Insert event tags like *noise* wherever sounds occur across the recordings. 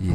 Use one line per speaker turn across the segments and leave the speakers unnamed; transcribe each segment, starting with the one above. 以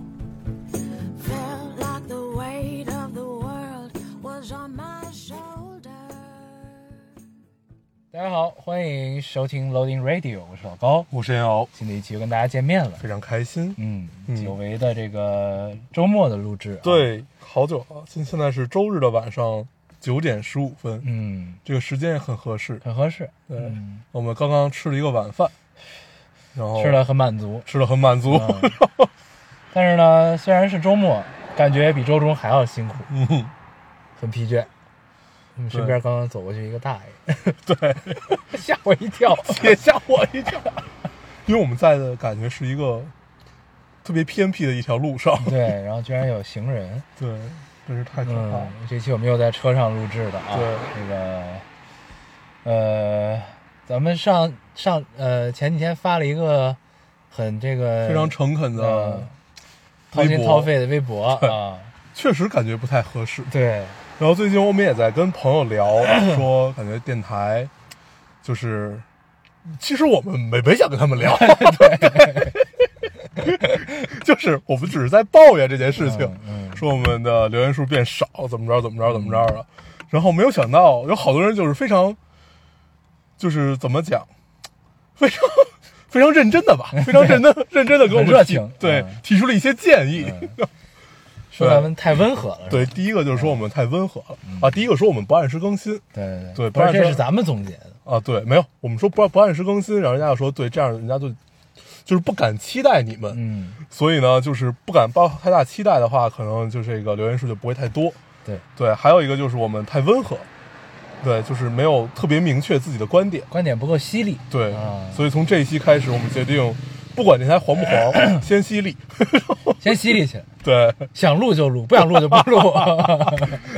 Felt like the weight of the world was on my shoulders.
大家好，欢迎收听 Loading Radio，我是老高。
我是严敖，
新的一期又跟大家见面了，
非常开心。
嗯，
嗯
久违的这个周末的录制、啊。，
对，好久了，现现在是周日的晚上九点十五分，
嗯，
这个时间也很合适。
很合适，
对，
嗯，
我们刚刚吃了一个晚饭，然后
吃的很满足。
吃的很满足。
嗯
*laughs*
但是呢，虽然是周末，感觉比周中还要辛苦，
嗯，
很疲倦。我们身
对
边刚刚走过去一个大爷， *laughs* 对，吓我一
*laughs*
跳，
也吓我一跳， *laughs* 因为我们在的感觉是一个特别偏僻的一条路上。 *laughs*
对，然后居然有行人，
对，真是太可怕
嗯
了。，
这期我们又在车上录制的啊。
对
这个，呃，咱们上上呃前几天发了一个很这个
非常诚恳
呃
的，
掏
微
心
博
掏肺的微博
*laughs*
啊。嗯
确实感觉不太合适。
对，
然后最近我们也在跟朋友聊，
*coughs*
说感觉电台就是，其实我们没没想跟他
*laughs*
们聊， *laughs* 就是我们只是在抱怨这件事情，
嗯嗯
说我们的留言数变少，怎么着怎么着怎么着了。然后没有想到有好多人就是非常，就是怎么讲，非常。非常认真的吧，非常认真地、认真的给我们
很热
提
情
对
嗯，
提出了一些建议。
说咱们太温和了。是吧
对，第一个就是说我们太温和了啊，第一个说我们不按时更新
对对
对
不是
不然
这
说
是咱们总结的。
啊，对，没有，我们说不不按时更新，然后人家就说对，这样人家就就是不敢期待你们，
嗯，
所以呢，就是不敢抱太大期待的话，可能就这个留言数就不会太多。
对，
对，还有一个就是我们太温和，对，就是没有特别明确自己的观点，
观点不够犀利。
对，
啊
所以从这一期开始，我们决定不管这台黄
*coughs*
不黄，先犀利，
先犀利起来，
*laughs* 对，
想录就录，不想录就不
*laughs*
录。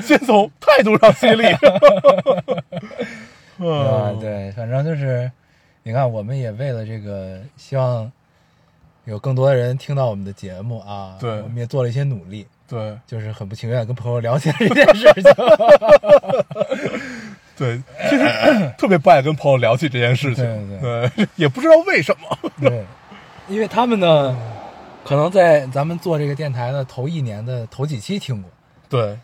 先从态度上犀利。
啊，
*laughs* 嗯，
对，反正就是，你看，我们也为了这个，希望有更多的人听到我们的节目啊。
对
我们也做了一些努力，
对。
就是很不情愿地跟朋友聊起来这件事情。
*laughs* 对，其实 *coughs* 特别不爱跟朋友聊起这件事情，
对
对 *laughs* 也不知道为什么。
*laughs* 对，因为他们呢，可能在咱们做这个电台的头一年的头几期听过，
对，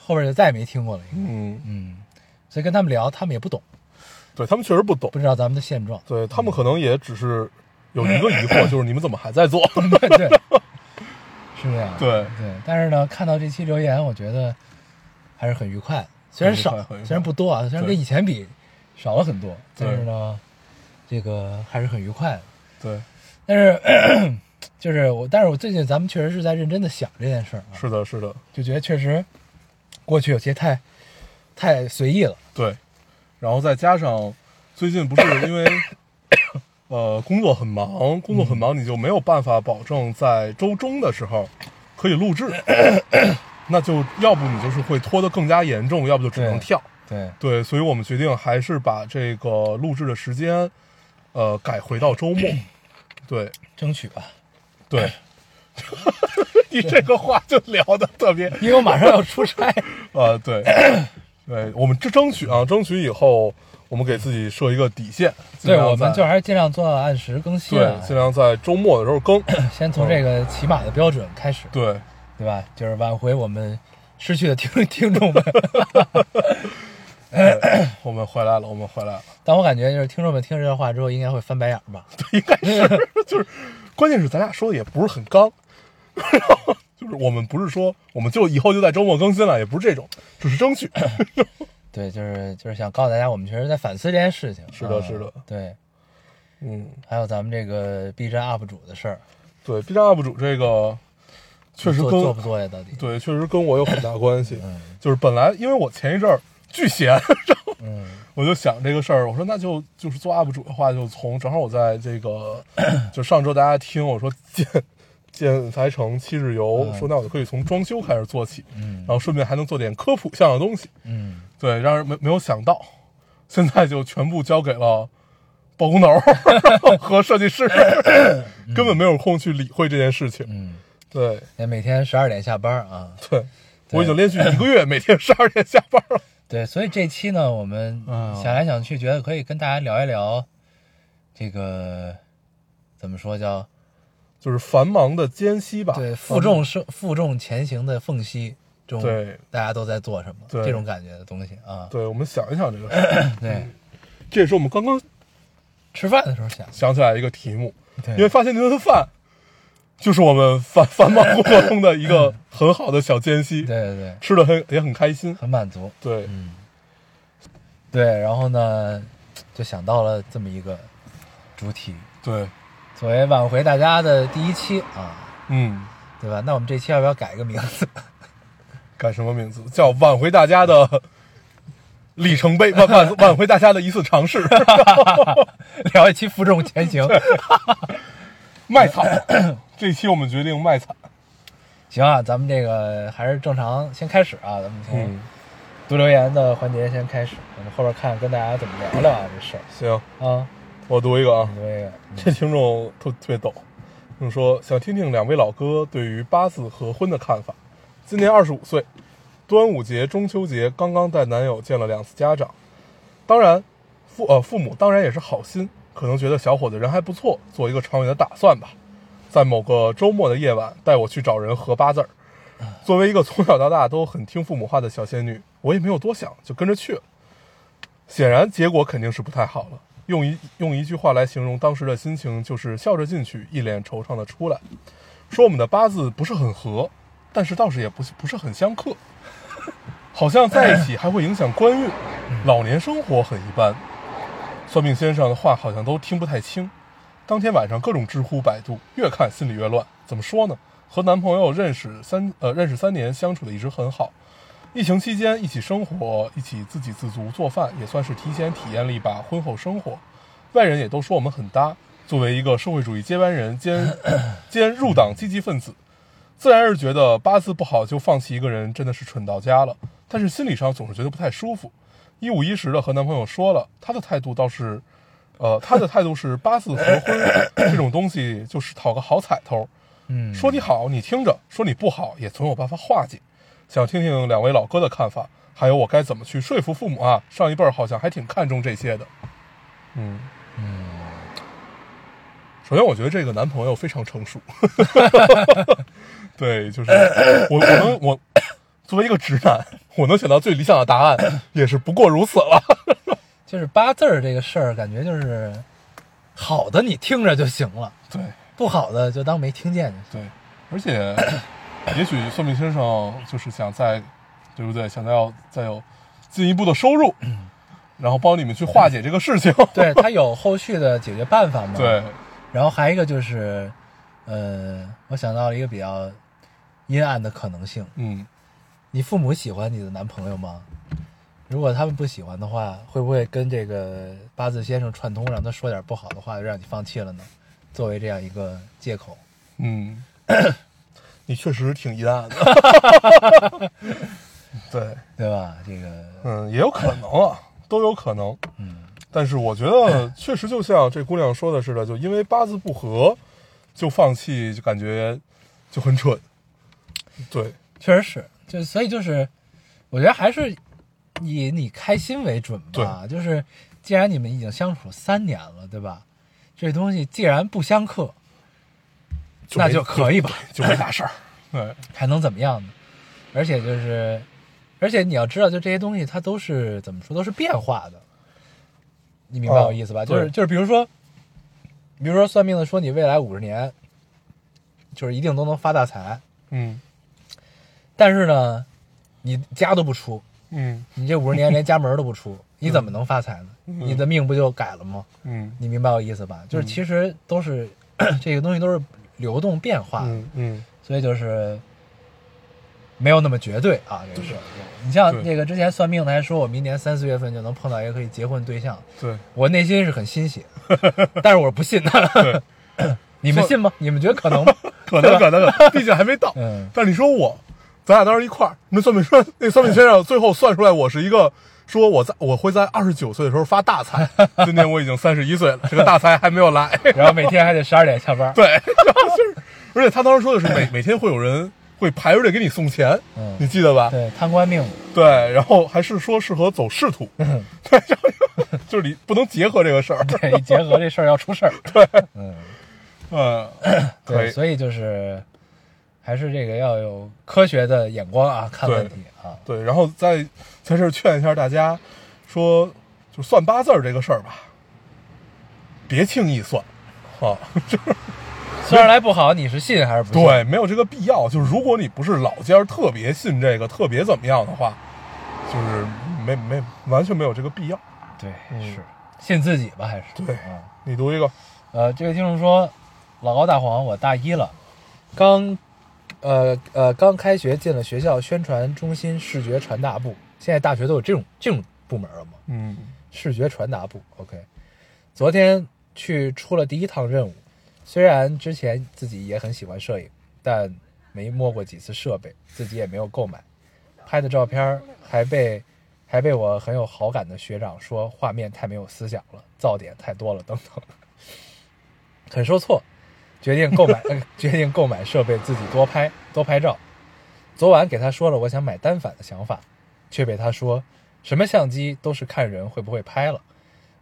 后边就再也没听过了。应该
嗯，
嗯，所以跟他们聊，他们也不懂，
对他们确实不懂
不，知道咱们的现状。
对他们可能也只是有一个疑惑，就是你们怎么还在做？
对对，是这样。
对
对，但是呢，看到这期留言，我觉得还是很愉快，虽然少
很愉快很愉，快
虽然不多啊，虽然跟
对
以前比少了很多，
对
但是呢，这个还是很愉快的。
对，
但是 *clears throat* 咳咳就是我，但是我最近咱们确实是在认真的想这件事儿啊，
是的，是的，
就觉得确实过去有些太太随意了，
对。然后再加上最近不是因为呃工作很忙，工作很忙，你就没有办法保证在周中的时候可以录制，那就要不你就是会拖得更加严重，要不就只能
对
跳。
对
对，所以我们决定还是把这个录制的时间，呃，改回到周末。对
争取吧， *laughs*
对，你这个话就聊的特别，
因为我马上要出差，
呃， *laughs* 对，对，我们这争取啊，争取以后我们给自己设一个底线，尽
对，
量
我们
在
就还是尽量做到按时更新啊
对，，尽量在周末的时候更。
先从这个起码的标准开始。
对
对吧？就是挽回我们失去的听 *laughs* 听众们。
对，我们回来了，我们回来了。
但我感觉就是听众们听这话之后，应该会翻白眼儿吧？
应该是就是，关键是咱俩说的也不是很刚， *laughs* 就是我们不是说我们就以后就在周末更新了，也不是这种，只是争取。
对，就是就是想告诉大家，我们确实在反思这件事情。
是的
啊
是的
对，
嗯，
还有咱们这个 B 站 UP 主的事儿，
对，B 站 UP 主这个确实
做
跟
做不嗯做呀？到底？
对，确实跟我有很大关系。 *clears throat* 就是本来因为我前一阵儿巨闲， *laughs* 然后
嗯
我就想这个事儿，我说那就就是做 UP 主的话，就从正好我在这个 *clears throat* 就上周大家听我说建建材城七日游，
嗯
说那我就可以从装修开始做起，然后顺便还能做点科普项的东西。
嗯，
对，让人没没有想到，现在就全部交给了
*laughs*
包 *laughs* 工头儿和设计师，根本没有空去理会这件事情。
嗯，
对
那每天十二点下班啊。
对，我已经
对
连续一个月每天十二点下班了。
对，所以这期呢，我们
嗯
想来想去，觉得可以跟大家聊一聊这个怎么说叫
就是繁忙的间隙吧，嗯
对
繁
负重生负重前行的缝隙中，
对
大家都在做什么
对
这种感觉的东西啊。
对，我们想一想这个事儿，
对，
这也是我们刚刚
吃饭的时候想，
想起来一个题目，
对
因为发现这顿饭就是我们繁繁忙工作中的一个很好的小间隙，
嗯对嗯对对，
吃的很也很开心。
很满足。
对，
对，然后呢，就想到了这么一个主体，
对，
作为挽回大家的第一期啊，
嗯，
对吧？那我们这期要不要改一个名字？ *laughs*
改什么名字？叫挽回大家的里程碑，挽 *laughs* 挽挽回大家的一次尝 *laughs* 试，
聊一期负重前
*laughs*
行，
卖惨。这期我们决定卖惨。
行啊，咱们这个还是正常先开始啊，咱们从
嗯，
读留言的环节先开始，我们后边看跟大家怎么聊聊啊这事儿
行，
啊。
我读一个啊
你，这个
这听众特特别逗，听说想听听两位老哥对于八字合婚的看法。今年二十五岁，端午节、中秋节刚刚带男友见了两次家长，当然父呃父母当然也是好心，可能觉得小伙子人还不错，做一个长远的打算吧。在某个周末的夜晚，带我去找人合八字儿。作为一个从小到大都很听父母话的小仙女，我也没有多想，就跟着去了。显然结果肯定是不太好了。用一用一句话来形容当时的心情，就是笑着进去，一脸惆怅的出来，说我们的八字不是很合，但是倒是也不是不是很相克，好像在一起还会影响官运，老年生活很一般。算命先生的话好像都听不太清。当天晚上各种知乎百度，越看心里越乱。怎么说呢？和男朋友认识三呃认识三年，相处的一直很好，疫情期间一起生活，一起自给自足做饭，也算是提前体验了一把婚后生活。外人也都说我们很搭。作为一个社会主义接班人兼兼入党积极分子，自然是觉得八字不好就放弃一个人真的是蠢到家了。但是心理上总是觉得不太舒服。一五一十的和男朋友说了，他的态度倒是，呃，他的态度是八字合婚这种东西就是讨个好彩头，
嗯，
说你好，你听着；说你不好，也总有办法化解。想听听两位老哥的看法，还有我该怎么去说服父母啊？上一辈儿好像还挺看重这些的。嗯嗯，首先我觉得这个男朋友非常 *laughs* 成熟。对，就是我我能我作为一个直男，我能想到最理想的答案也是不过如此了。
就是八字儿这个事儿，感觉就是好的你听着就行了，
对
不好的就当没听见就行。
对，而且也许算命先生就是想在，对不对？想要再有进一步的收入，然后帮你们去化解这个事情。
对他有后续的解决办法嘛？
对，
然后还有一个就是，呃，我想到了一个比较阴暗的可能性：
嗯，
你父母喜欢你的男朋友吗？如果他们不喜欢的话，会不会跟这个八字先生串通，让他说点不好的话，让你放弃了呢？作为这样一个借口，
嗯，你确实挺阴 *laughs* 暗的。对，
对吧？这个，
嗯，也有可能啊，都有可能。嗯，但是我觉得确实就像这姑娘说的似的，就因为八字不合就放弃，就感觉就很蠢。对，
确实是，就所以就是，我觉得还是以你开心为准吧。就是既然你们已经相处三年了，对吧？这东西既然不相克，那
没
就可以吧，
就没大事儿。 *laughs* 对，
还能怎么样呢？而且就是，而且你要知道，就这些东西它都是怎么说，都是变化的。你明白
哦
我意思吧？
对
就是就是，比如说，比如说算命的说你未来五十年，就是一定都能发大财，
嗯
但是呢，你家都不出，
嗯
你这五十年连家门都不出，你怎么能发财呢？你的命不就改了吗？
嗯
你明白我意思吧？就是其实都是、 *coughs* 这个东西都是流动变化的，
嗯嗯，
所以就是没有那么绝对啊。这个事儿，你像
对
这个之前算命的还说我明年三四月份就能碰到一个可以结婚对象，
对，
我内心是很欣
*laughs*
喜，但是我不信的。你们信吗？你们觉得可能吗？
可能可能，可能， *laughs* 毕竟还没到。 *laughs*
嗯
但是你说我，咱俩当时一块儿，那算命说那算命先生最后算出来我是一个。说我在我会在二十九岁的时候发大 *laughs* 财，今 *laughs* 年我已经三十一岁了，这个大财还没有来。
然后每天还得十二点下班，
*laughs* 对，就是而且他当时说的是每每天会有人会排着队给你送钱，
嗯
你记得吧？
对，贪官命， *laughs*
对，然后还是说适合走仕途， *laughs* 对，然后就是你不能结合这个事儿，
对，一结合这事儿要出事儿。对，嗯，
嗯，可
对，
以，
所以就是还是这个要有科学的眼光啊，看问题啊。
对，然后再在这儿劝一下大家，说就算八字儿这个事儿吧，别轻易算
*laughs*
啊，
虽然来不好，你是信还是不信？
对，没有这个必要。就是如果你不是老家儿特别信这个，特别怎么样的话，就是没没完全没有这个必要。
对，是信自己吧，还是
嗯对
啊
你读一个，
呃，这位听众说，老高大黄，我大一了，刚，呃呃，刚开学进了学校宣传中心视觉传达部，现在大学都有这种这种部门了吗？
嗯，
视觉传达部，OK。昨天去出了第一趟任务，虽然之前自己也很喜欢摄影，但没摸过几次设备，自己也没有购买，拍的照片儿还被还被我很有好感的学长说画面太没有思想了，噪点太多了等等，很受挫，决定购买、 *laughs* 呃决定购买设备自己多拍多拍照。昨晚给他说了我想买单反的想法，却被他说什么相机都是看人会不会拍了。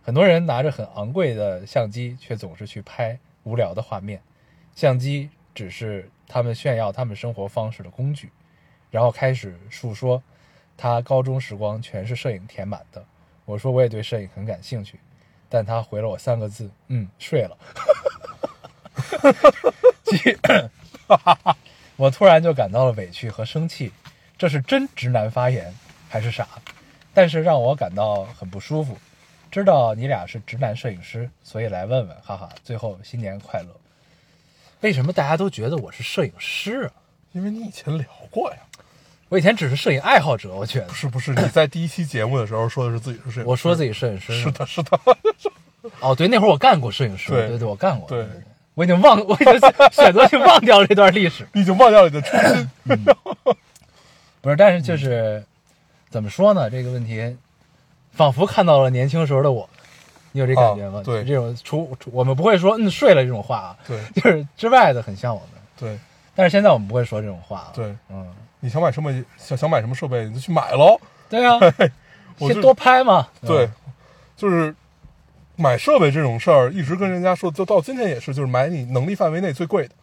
很多人拿着很昂贵的相机，却总是去拍无聊的画面。相机只是他们炫耀他们生活方式的工具，然后开始述说他高中时光全是摄影填满的。我说我也对摄影很感兴趣，但他回了我三个字：嗯，睡了。其我突然就感到了委屈和生气，这是真直男发言还是傻？但是让我感到很不舒服。知道你俩是直男摄影师，所以来问问，哈哈。最后新年快乐。为什么大家都觉得我是摄影师啊？
因为你以前聊过呀，
我以前只是摄影爱好者，我觉得
不是不是？你在第一期节目的时候说的是自己是谁？
我说自己摄影师
是
呢
的，是的，
哦，对，那会儿我干过摄影师，
对
对对，我干过。
对，
我已经忘，我已经 *laughs* 选择性忘掉这段历史。
你已经忘掉了你的初心。
嗯不是，但是就是、怎么说呢？这个问题，仿佛看到了年轻时候的我，你有这感觉吗？
啊对
这种除除我们不会说嗯睡了这种话啊，
对
*laughs* 就是之外的很像我们，
对
但是现在我们不会说这种话了。，
对，
嗯，
你想买什么想想买什么设备，你就去买喽。
对啊，
*laughs* 我
先
就
多拍嘛。
对
嗯，
就是买设备这种事儿，一直跟人家说，就到今天也是，就是买你能力范围内最贵的。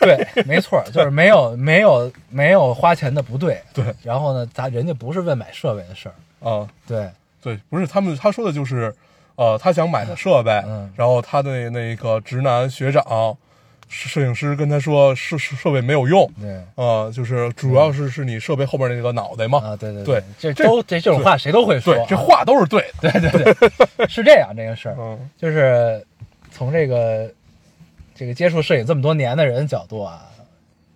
对，没错，就是没有没有没有花钱的不对。
对，
然后呢，咱人家不是问买设备的事儿，
啊、
对，
对，不是他们他说的就是，呃，他想买的设备，
嗯
然后他的那个直男学长，摄摄影师跟他说设设设备没有用，
对
呃，就是主要是是你设备后边那个脑袋嘛，
啊，对对
对，
这都这这种话谁都会说
对
啊，，
这话都是对的，
对对对，
*laughs*
是这样这个事儿，
嗯
就是从这个这个接触摄影这么多年的人角度啊，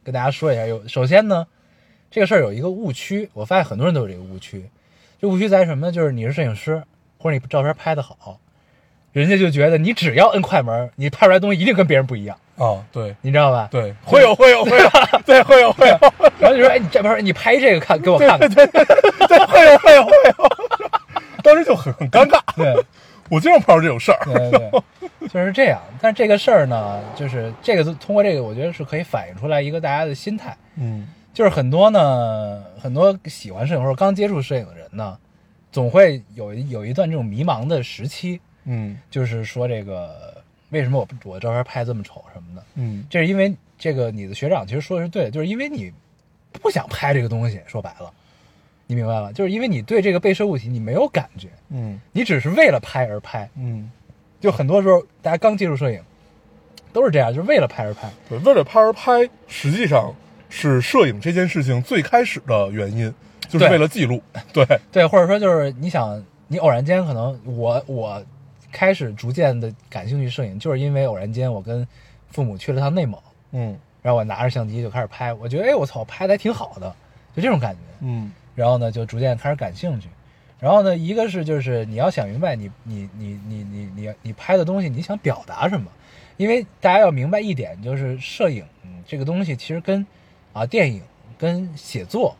跟大家说一下。有首先呢，这个事儿有一个误区，我发现很多人都有这个误区。这误区在什么呢？就是你是摄影师，或者你照片拍的好，人家就觉得你只要摁快门，你拍出来的东西一定跟别人不一样，
啊，对
你知道吧？。
对，会有会有会 *laughs* 有，对，会有会有，
然后就说：“哎，你这不是你拍这个看给我看看。
对，会有会有会有， *laughs* 当时就很很尴尬，
对
我经常碰到这种事儿，
对对对，就是这样。但是这个事儿呢，就是这个通过这个，我觉得是可以反映出来一个大家的心态。
嗯
就是很多呢，很多喜欢摄影或者刚接触摄影的人呢，总会有一有一段这种迷茫的时期，
嗯
就是说这个为什么我不我照片拍这么丑什么的，
嗯，
这是因为这个你的学长其实说的是对的，就是因为你不想拍这个东西，说白了，你明白吗？就是因为你对这个被摄物体你没有感觉，
嗯
你只是为了拍而拍。
嗯，
就很多时候大家刚接触摄影都是这样，就是为了拍而拍。
对，为了拍而拍，实际上是摄影这件事情最开始的原因，就是
对
为了记录。对，
对，或者说就是你想，你偶然间可能我我开始逐渐的感兴趣摄影，就是因为偶然间我跟父母去了趟内蒙，
嗯
然后我拿着相机就开始拍，我觉得哎我操拍的还挺好的，就这种感觉。
嗯
然后呢就逐渐开始感兴趣。然后呢，一个是就是你要想明白你你你你你你你拍的东西你想表达什么，因为大家要明白一点，就是摄影、嗯这个东西其实跟啊电影、跟写作、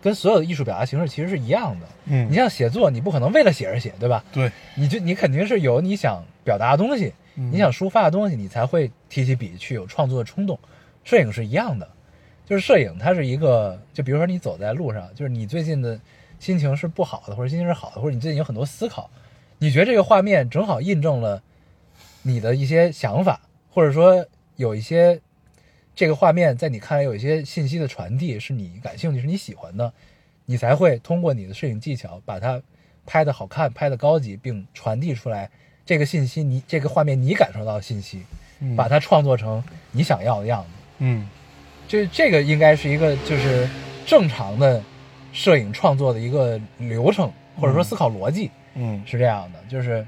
跟所有的艺术表达形式其实是一样的。
嗯
你像写作，你不可能为了写而写，对吧？
对，
你就你肯定是有你想表达的东西，
嗯
你想抒发的东西，你才会提起笔去有创作的冲动，摄影是一样的，就是摄影它是一个，就比如说你走在路上，就是你最近的心情是不好的，或者心情是好的，或者你最近有很多思考，你觉得这个画面正好印证了你的一些想法，或者说有一些这个画面在你看来有一些信息的传递是你感兴趣、是你喜欢的，你才会通过你的摄影技巧把它拍的好看、拍的高级，并传递出来这个信息，你这个画面你感受到的信息，
嗯
把它创作成你想要的样子。
嗯
这这个应该是一个就是正常的摄影创作的一个流程，或者说思考逻辑
嗯
是这样的，就是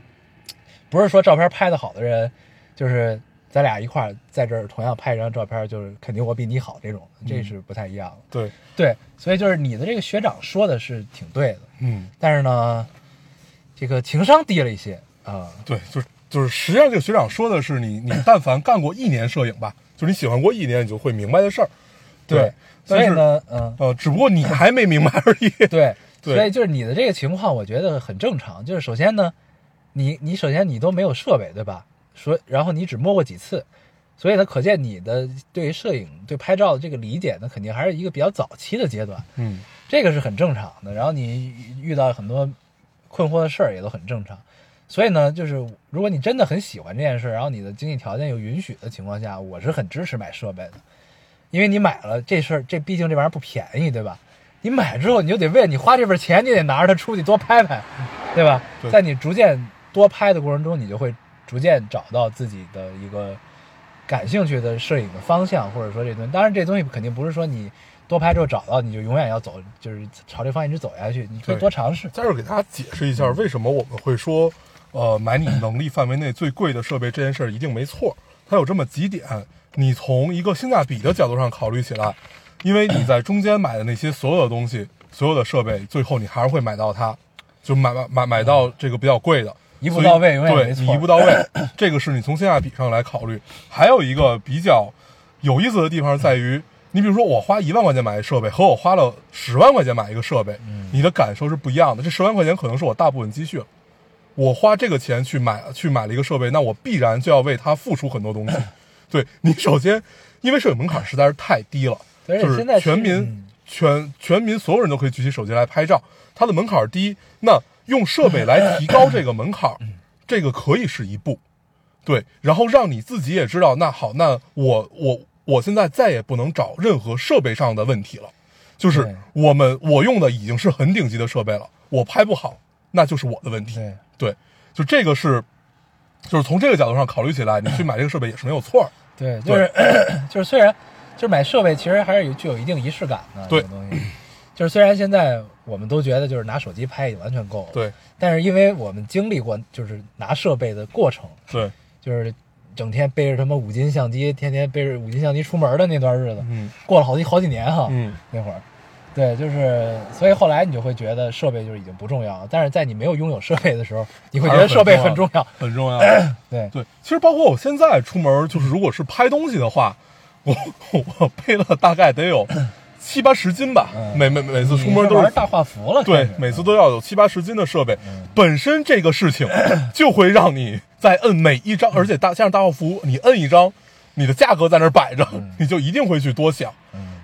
不是说照片拍的好的人，就是咱俩一块儿在这儿同样拍一张照片，就是肯定我比你好这种，这是不太一样的。
对
对，所以就是你的这个学长说的是挺对的，
嗯
但是呢，这个情商低了一些啊、
对，就是就是，实际上这个学长说的是 *coughs* 你你但凡干过一年摄影吧，就是你喜欢过一年，你就会明白的事儿。对，
所
但
以
是
呢，嗯，
呃，只不过你还没明白而已。
对，
*laughs* 对
所以就是你的这个情况，我觉得很正常。就是首先呢，你你首先你都没有设备，对吧？所以然后你只摸过几次，所以呢，可见你的对于摄影、对拍照的这个理解呢，肯定还是一个比较早期的阶段，
嗯
这个是很正常的。然后你遇到很多困惑的事儿也都很正常。所以呢，就是如果你真的很喜欢这件事，然后你的经济条件又允许的情况下，我是很支持买设备的，因为你买了这事儿，这毕竟这玩意儿不便宜，对吧？你买之后，你就得为了你花这份钱，你得拿着它出去多拍拍，对吧？
对
在你逐渐多拍的过程中，你就会逐渐找到自己的一个感兴趣的摄影的方向，或者说这东西。当然，这东西肯定不是说你多拍之后找到你就永远要走，就是朝这方向一直走下去，你可以
对
多尝试。
在这儿给大家解释一下，为什么我们会说，呃，买你能力范围内最贵的设备这件事儿一定没错。它有这么几点，你从一个性价比的角度上考虑起来，因为你在中间买的那些所有的东西、所有的设备，最后你还是会买到它，就买买买买到这个比较贵的。
一步
所以
到位永远
对
没错
你一步到位， *coughs* 这个是你从性价比上来考虑。还有一个比较有意思的地方在于，你比如说我花一万块钱买一设备，和我花了十万块钱买一个设备，
嗯
你的感受是不一样的。这十万块钱可能是我大部分积蓄了，我花这个钱去买去买了一个设备，那我必然就要为它付出很多
*laughs*
东西。对你首先，因为摄影门槛实在是太低了，
对
就
现在
是
其实
全民、
嗯
全全民所有人都可以举起手机来拍照，它的门槛低，那用设备来提高这个门槛，
嗯
这个可以是一步，对，然后让你自己也知道，那好，那我我我现在再也不能找任何设备上的问题了，就是
对
我们我用的已经是很顶级的设备了，我拍不好，那就是我的问题，
对，
对，就这个是，就是从这个角度上考虑起来，你去买这个设备也是没有错儿。
对，就是就是 *coughs* 虽然就是买设备，其实还是有具有一定仪式感的。
对
这种东西就是虽然现在我们都觉得就是拿手机拍已经完全够了，，
对
但是因为我们经历过就是拿设备的过程，
对，
就是整天背着他妈五金相机，天天背着五金相机出门的那段日子，
嗯
过了好几好几年哈，
嗯，
那会儿。对，就是，所以后来你就会觉得设备就是已经不重要了，但是在你没有拥有设备的时候，你会觉得设备很重要。
很重要。
对，
对，其实包括我现在出门，就是如果是拍东西的话，我 *laughs* 我背了大概得有七八十斤吧，
嗯
每每每次出门
你
都
玩
是
大嗯画幅了，
对
开始，
每次都要有七八十斤的设备，本身这个事情就会让你在摁每一张，而且大加上大画幅，你摁一张，你的价格在那儿摆着，
嗯
你就一定会去多想。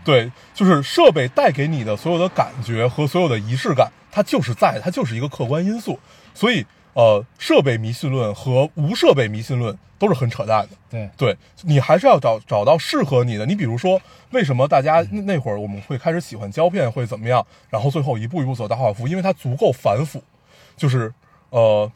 对，就是设备带给你的所有的感觉和所有的仪式感，它就是在，它就是一个客观因素。所以，呃，设备迷信论和无设备迷信论都是很扯淡的。
对，
对你还是要找找到适合你的。你比如说，为什么大家
嗯
那那会儿我们会开始喜欢胶片，会怎么样？然后最后一步一步走大画幅，因为它足够繁复，就是呃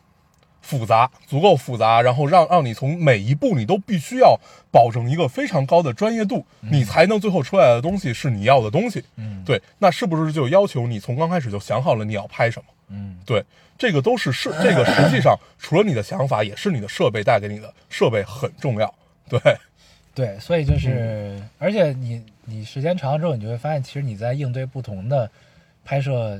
复杂，足够复杂，然后让让你从每一步你都必须要保证一个非常高的专业度，你才能最后出来的东西是你要的东西。
嗯
对，那是不是就要求你从刚开始就想好了你要拍什么？
嗯，
对，这个都是是这个实际上除了你的想法，也是你的设备带给你的，设备很重要。对，
对，所以就是，
嗯
而且你你时间长了之后，你就会发现，其实你在应对不同的拍摄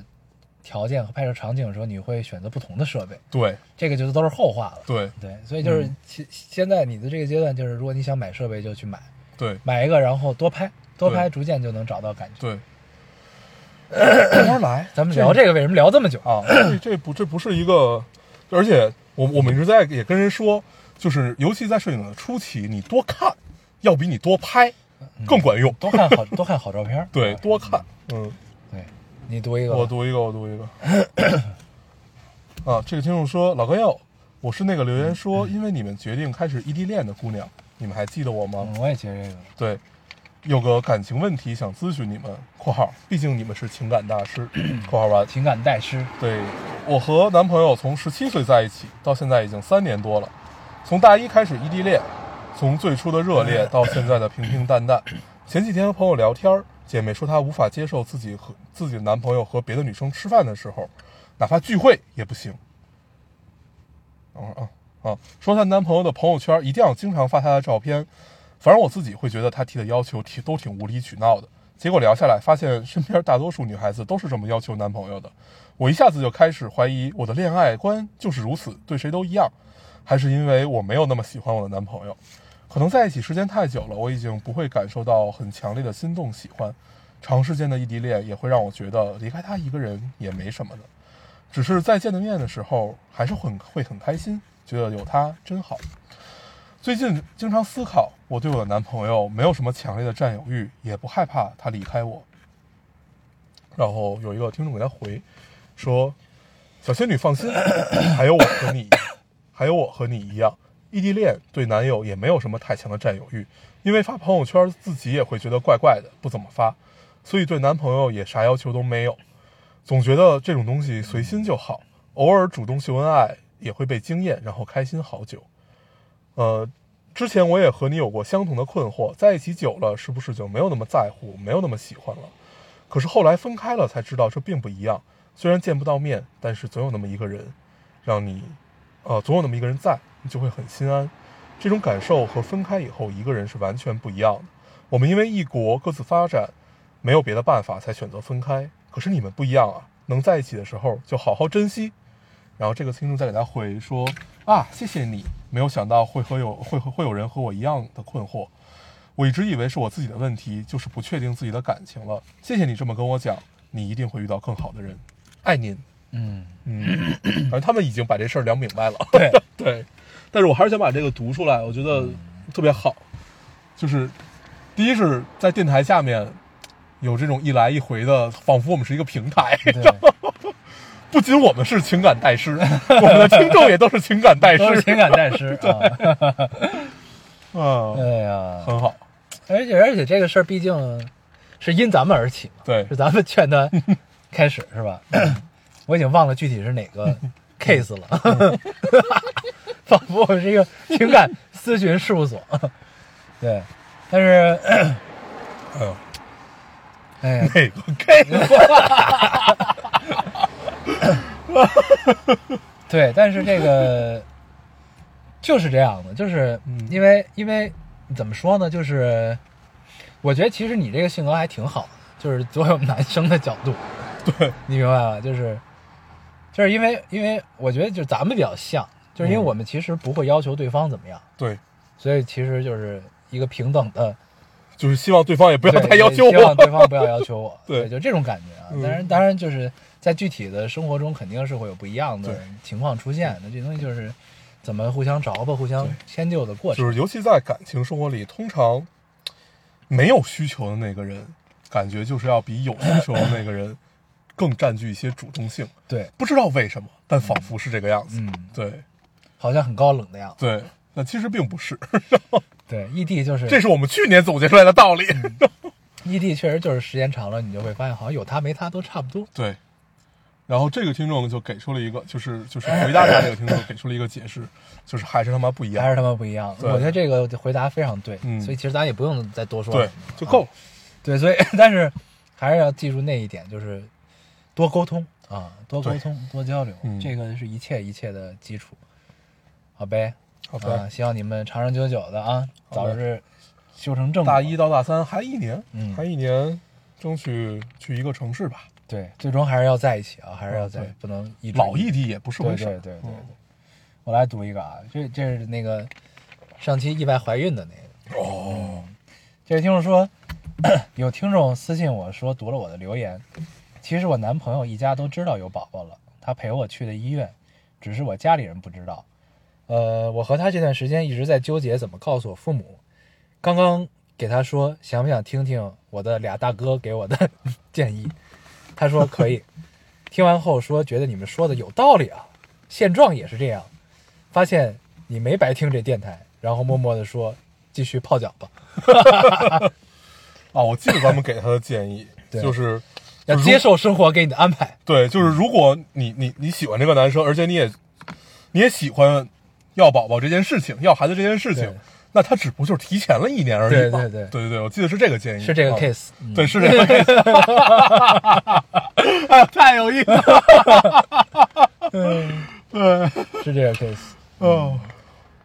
条件和拍摄场景的时候，你会选择不同的设备，
对，
这个就都是后话了。
对，嗯
对，所以就是其、现在你的这个阶段，就是如果你想买设备，就去买，
对，
买一个，然后多拍，多拍，
对
逐渐就能找到感觉。
对。慢慢来，
咱们聊这个为什么聊这么久？
啊，这这不这不是一个，而且我我们一直在也跟人说，就是尤其在摄影的初期，你多看要比你多拍
嗯
更管用。
多看好多看好照片儿。
*laughs* 对，
啊
多看。嗯，
对，你读一个吧。
我读一个，我读一个。啊，这个听众说，老高要，我是那个留言说，
嗯
因为你们决定开始异地恋的姑娘，你们还记得我吗？
嗯，我也接这个。
对，有个感情问题想咨询你们（括号），毕竟你们是情感大师）（括号完）。
情感代师，
对，我和男朋友从十七岁在一起，到现在已经三年多了。从大一开始异地恋，从最初的热烈到现在的平平淡淡。前几天和朋友聊天儿，姐妹说她无法接受自己和自己的男朋友和别的女生吃饭的时候，哪怕聚会也不行。等会儿啊啊，说她男朋友的朋友圈一定要经常发她的照片。反正我自己会觉得她提的要求挺都挺无理取闹的。结果聊下来，发现身边大多数女孩子都是这么要求男朋友的。我一下子就开始怀疑我的恋爱观就是如此，对谁都一样，还是因为我没有那么喜欢我的男朋友？可能在一起时间太久了，我已经不会感受到很强烈的心动喜欢。长时间的异地恋也会让我觉得离开他一个人也没什么的，只是再见的面的时候，还是很会很开心，觉得有他真好。最近经常思考，我对我的男朋友没有什么强烈的占有欲，也不害怕他离开我。然后有一个听众给他回，说：“小仙女放心，还有我和你，还有我和你一样，异地恋对男友也没有什么太强的占有欲，因为发朋友圈自己也会觉得怪怪的，不怎么发，所以对男朋友也啥要求都没有，总觉得这种东西随心就好，偶尔主动秀恩爱也会被惊艳，然后开心好久。呃，之前我也和你有过相同的困惑，在一起久了是不是就没有那么在乎，没有那么喜欢了？可是后来分开了才知道这并不一样。虽然见不到面，但是总有那么一个人，让你，呃，总有那么一个人在，你就会很心安。这种感受和分开以后一个人是完全不一样的。我们因为异国各自发展，没有别的办法才选择分开。可是你们不一样啊，能在一起的时候就好好珍惜。然后这个听众再给他回说啊，谢谢你，没有想到会和有会会有人和我一样的困惑。我一直以为是我自己的问题，就是不确定自己的感情了。谢谢你这么跟我讲，你一定会遇到更好的人，爱您。
嗯，
嗯，反正他们已经把这事儿聊明白了。 *laughs*
对，
对，但是我还是想把这个读出来，我觉得特别好。嗯就是第一是在电台下面有这种一来一回的，仿佛我们是一个平台。
对，
*laughs* 不仅我们是情感代师，我们的听众也 *laughs* 都是情感代
都是
师。
情感代师啊。
*laughs* 嗯，
对呀，
很好。
而且而且这个事儿毕竟是因咱们而起嘛，
对
是咱们劝
*laughs*
他开始是吧？我已经忘了具体是哪
*laughs*
个 case 了，仿佛我们是一个情感咨询事务所。 *laughs* 对，但是
哎呦，
哎呀，
哪个 gay？
对，但是这
*laughs*
个就是这样的，就是
嗯
因为、因为怎么说呢，就是我觉得其实你这个性格还挺好的，就是作为我们男生的角度，
对，
你明白吧？就是就是因为因为我觉得就咱们比较像，就是因为
嗯
我们其实不会要求对方怎么样，
对，
所以其实就是一个平等的，
就是希望对方也不要
对
太要求
希望
我。
对方不要要求我，
*laughs* 对
就这种感觉啊。
嗯
当然，当然就是在具体的生活中，肯定是会有不一样的
对
情况出现的。那这东西就是怎么互相着吧、互相迁就的过程。
就是尤其在感情生活里，通常没有需求的那个人，感觉就是要比有需求的那个人更占据一些主动性。
对，
不知道为什么，但仿佛是这个样子。
嗯，
对
好像很高冷的样子。
对，但其实并不是，
对，嗯异地就是
这是我们去年总结出来的道理。
异地，确实就是时间长了，你就会发现好像有他没他都差不多。
对，然后这个听众就给出了一个，就是就是回答他这个听众给出了一个解释，就是还是他妈不一样
还，是他妈不一样，
对
我觉得这个回答非常对，
嗯
所以其实咱也不用再多说了
对，就够了。
对，所以但是还是要记住那一点，就是多沟通啊，多沟通，多交流，
嗯
这个是一切一切的基础。好呗，
好
啊，
的，
希望你们长长久久的啊，
好
早
的
日修成正果。
大一到大三还一年，
嗯
还一年，争取去一个城市吧。
对，最终还是要在一起啊，还是要在
嗯对，
不能一直
老异地也不是
对
回
对
事
对
儿。
对对
嗯，
我来读一个啊，这这是那个上期意外怀孕的那个哦。这位听众说， *clears throat* 有听众私信我说读了我的留言，其实我男朋友一家都知道有宝宝了，他陪我去的医院，只是我家里人不知道。呃，我和他这段时间一直在纠结怎么告诉我父母。刚刚给他说想不想听听我的俩大哥给我的 *laughs* 建议，他说可以。听完后说觉得你们说的有道理啊，现状也是这样。发现你没白听这电台，然后默默的说继续泡脚吧，
啊，我记得咱们给他的建议
*laughs* 对
就是
要
就是如
接受生活给你的安排。
对，就是如果你你你喜欢这个男生，而且你也你也喜欢要宝宝这件事情，要孩子这件事情
对，
那他只不过就是提前了一年而已嘛。
对对对
对对我记得是这个建议，
是这个
啊
case，、嗯 *laughs*
对，是这个 case。哎，太有意思了。对，
*laughs*
*laughs*
是这个 case。
嗯，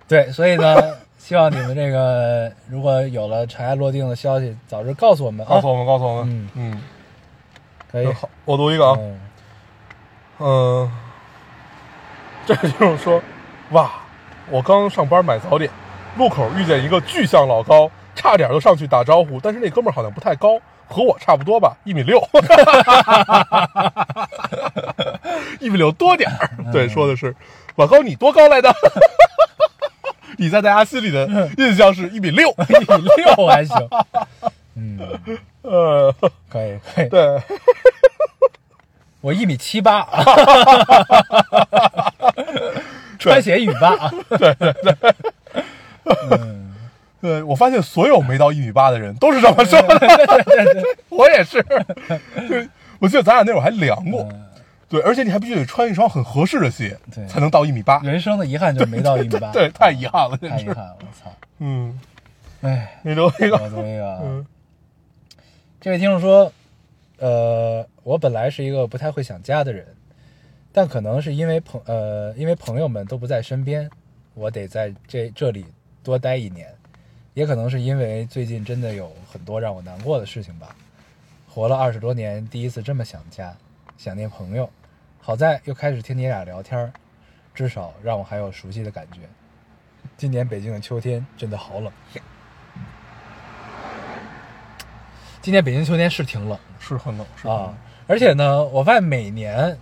对，所以呢， *laughs* 希望你们这个如果有了尘埃落定的消息，早日告诉我们
告
啊
诉，我们，告诉我们
嗯，
嗯，
可以。
好，我读一个啊，
嗯，
嗯， *laughs* 这个听众说，哇，我刚上班买早点，路口遇见一个巨像老高，差点就上去打招呼，但是那哥们儿好像不太高，和我差不多吧，一米六， *laughs* 一米六多点儿。对，说的是老高，你多高来的？ *laughs* 你在大家心里的印象是一米六，
一米六还行。嗯，
呃，
可以可以。
*laughs* 对，
我一米七
*laughs*
八，穿鞋一米八啊。
对，我发现所有没到一米八的人都是这么说
*laughs*
的，我也是。 *laughs* 对，我记得咱俩那会儿还量过，对，而且你还必须得穿一双很合适的鞋
对，
才能到一米八。
人生的遗憾就没到一米八，
*laughs* 对，太遗憾了，
太
真
遗
是
憾。了，我操！
嗯，
哎，
你留一
我
个，
读一个啊，
嗯
这位听众说，呃，我本来是一个不太会想家的人，但可能是因为朋呃，因为朋友们都不在身边，我得在这这里多待一年，也可能是因为最近真的有很多让我难过的事情吧。活了二十多年，第一次这么想家，想念朋友。好在又开始听你俩聊天儿，至少让我还有熟悉的感觉。今年北京的秋天真的好冷。今年北京秋天是挺冷
是很冷，是
的嗯啊，，而且呢，我发现每年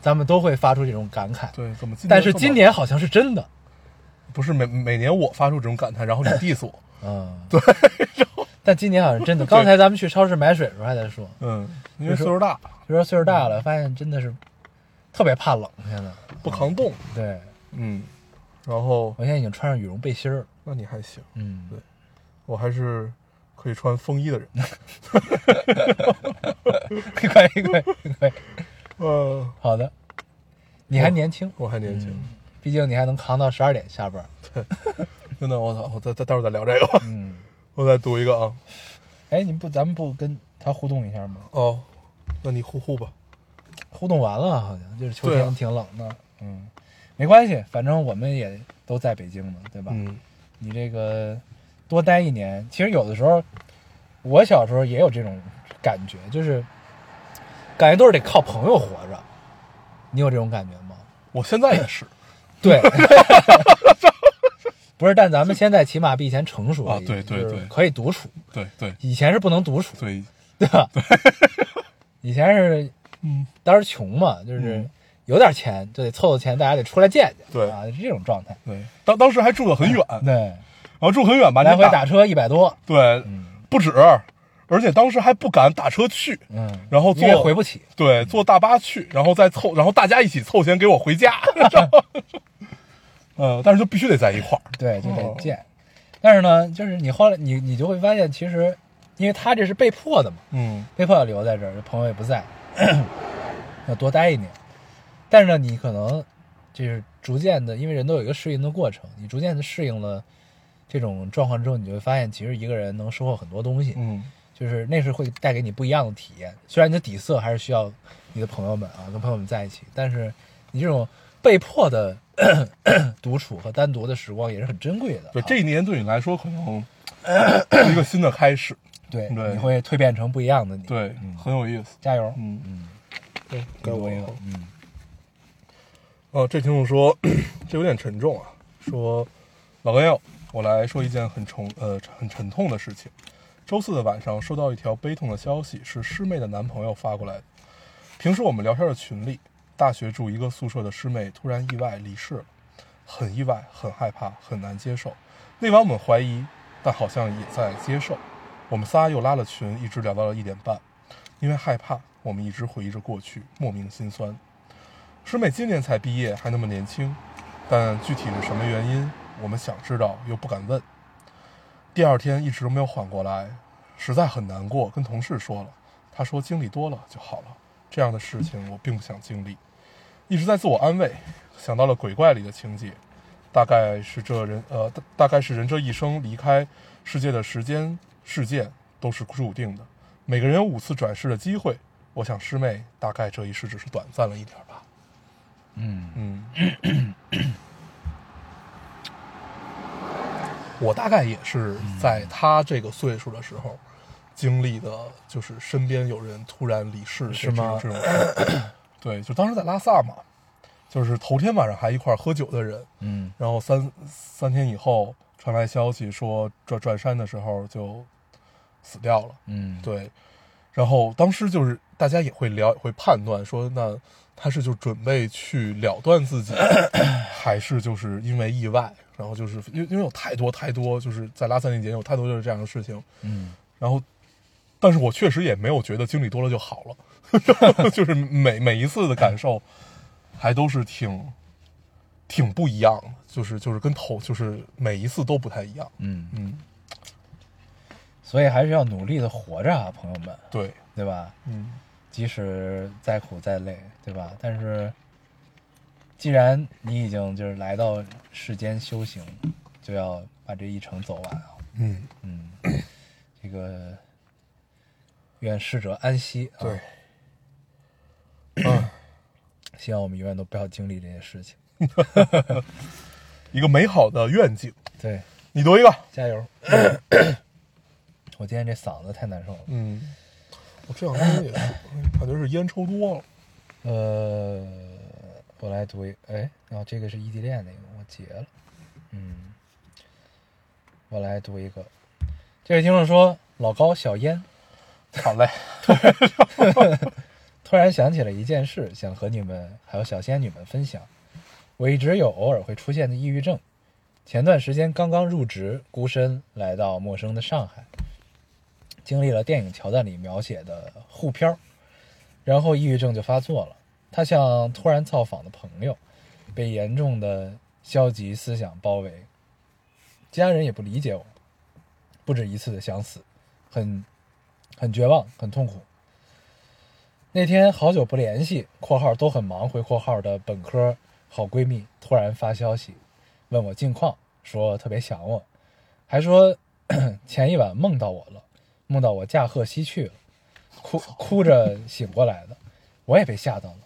咱们都会发出这种感慨，
对，怎么今年这么冷？
但是今年好像是真的，
不是每每年我发出这种感叹，然后你
*laughs*
diss 我，
嗯，对。但今年好像是真 *laughs* 的，刚才咱们去超市买水的时候还在说，
嗯，因为岁数大
就说岁数大了，发现真的是特别怕冷，现在。
不抗冻，
对
嗯，然后
我现在已经穿上羽绒背心儿了，
那你还行，
嗯，
对我还是可以穿风衣
*laughs*
的人。
对， *laughs* 快快快，
嗯，
好的，你还年轻，
我还年轻。
毕竟你还能扛到十二点下班，
真的，我操！我再再待会儿再聊这个，
嗯，
我再读一个啊。
哎，你不咱们不跟他互动一下吗？
哦，那你呼呼吧。
互动完了，好像就是秋
对
天
啊
挺冷的，嗯，没关系，反正我们也都在北京呢，对吧？
嗯
你这个多待一年，其实有的时候，我小时候也有这种感觉，就是感觉都是得靠朋友活着，你有这种感觉
*laughs*
吗？
我现在也是
对， *laughs* 不是，但咱们现在起码比以前成熟了
啊对对
就是
对
可以独处，
对对
以前是不能独处，
对，
对吧？以前是
嗯，
当时穷嘛，就是
嗯
有点钱就得凑凑钱，大家得出来见见，
对啊
啊，就这种状态。
对。当当时还住得很远，然
对，
后住很远吧，
来
你
回打车一百多，
对，不止，而且当时还不敢打车去，
嗯，
然后
因为
坐
回不起，
对，坐大巴去，然后再凑，然后大家一起凑钱给我回家。 *laughs* 嗯，但是就必须得在一块儿。
对，就得
哦
见。但是呢，就是你后来你你就会发现，其实因为他这是被迫的嘛，
嗯
被迫要留在这儿，朋友也不在， *coughs* 要多待一年。但是呢，你可能就是逐渐的，因为人都有一个适应的过程，你逐渐的适应了这种状况之后，你就会发现，其实一个人能收获很多东西，
嗯，
就是那是会带给你不一样的体验。虽然你的底色还是需要你的朋友们啊，跟朋友们在一起，但是你这种被迫的 *coughs* 独处和单独的时光也是很珍贵的啊、
对，这一年对你来说可 *clears throat* 能是一个新的开始，嗯
对
对
你会蜕变成不一样的你。，
对，很有意思。
加油！
嗯嗯，对，
给
该
我
我
一个
了。嗯。哦，这听众说，这有点沉重啊。说，老朋友，我来说一件很重呃很沉痛的事情。周四的晚上，收到一条悲痛的消息，是师妹的男朋友发过来的。平时我们聊天的群里，大学住一个宿舍的师妹突然意外离世了，很意外，很害怕，很难接受。那晚我们怀疑，但好像也在接受。我们仨又拉了群，一直聊到了一点半。因为害怕，我们一直回忆着过去，莫名心酸。师妹今年才毕业，还那么年轻，但具体是什么原因，我们想知道又不敢问。第二天一直没有缓过来，实在很难过，跟同事说了，他说经历多了就好了，这样的事情我并不想经历，一直在自我安慰，想到了鬼怪里的情节，大概是这人呃大大概是人这一生离开世界的时间事件都是注定的，每个人有五次转世的机会，我想师妹大概这一世只是短暂了一点儿吧。
嗯，
嗯， *clears throat* 我大概也是在他这个岁数的时候，经历的就是身边有人突然离世这
是吗
这种这种对，就当时在拉萨嘛，就是头天晚上还一块儿喝酒的人，
嗯，
然后三三天以后传来消息说转转山的时候就死掉了。
嗯，
对，然后当时就是大家也会聊，也会判断说，那他是就准备去了断自 *clears throat* 己，还是就是因为意外，然后就是因为因为有太多太多，就是在拉萨那几年有太多就是这样的事情，
嗯，
然后，但是我确实也没有觉得经历多了就 *laughs* 好了，就是每每一次的感受，还都是挺挺不一样的，就是就是跟头就是每一次都不太一样，
嗯，
嗯，
所以还是要努力的活着啊，朋友们，
对，
对吧？
嗯，
即使再苦再累，对吧？但是，既然你已经就是来到世间修行，就要把这一程走完啊。
嗯，
嗯，这个愿逝者安息啊。
对，
希望我们永远都不要经历这些事情。
一个美好的愿景，
对，
你读一个。
加油！我今天这嗓子太难受了。
嗯，我这两天也是，感觉是烟抽多了。
呃，我来读一，哎，哦，这个是异地恋那个，我截了。嗯，我来读一个。这位听众说，老高小烟
好嘞，
突然想起了一件事，想和你们还有小仙女们分享。我一直有偶尔会出现的抑郁症，前段时间刚刚入职，孤身来到陌生的上海，经历了电影桥段里描写的沪漂，然后抑郁症就发作了。他像突然造访的朋友，被严重的消极思想包围，家人也不理解我，不止一次的想死，很很绝望，很痛苦。那天好久不联系（括号都很忙），回括号的本科好闺蜜突然发消息，问我近况，说特别想我，还说 *clears throat* 前一晚梦到我了，梦到我驾鹤西去了，哭哭着醒过来的，我也被吓到了。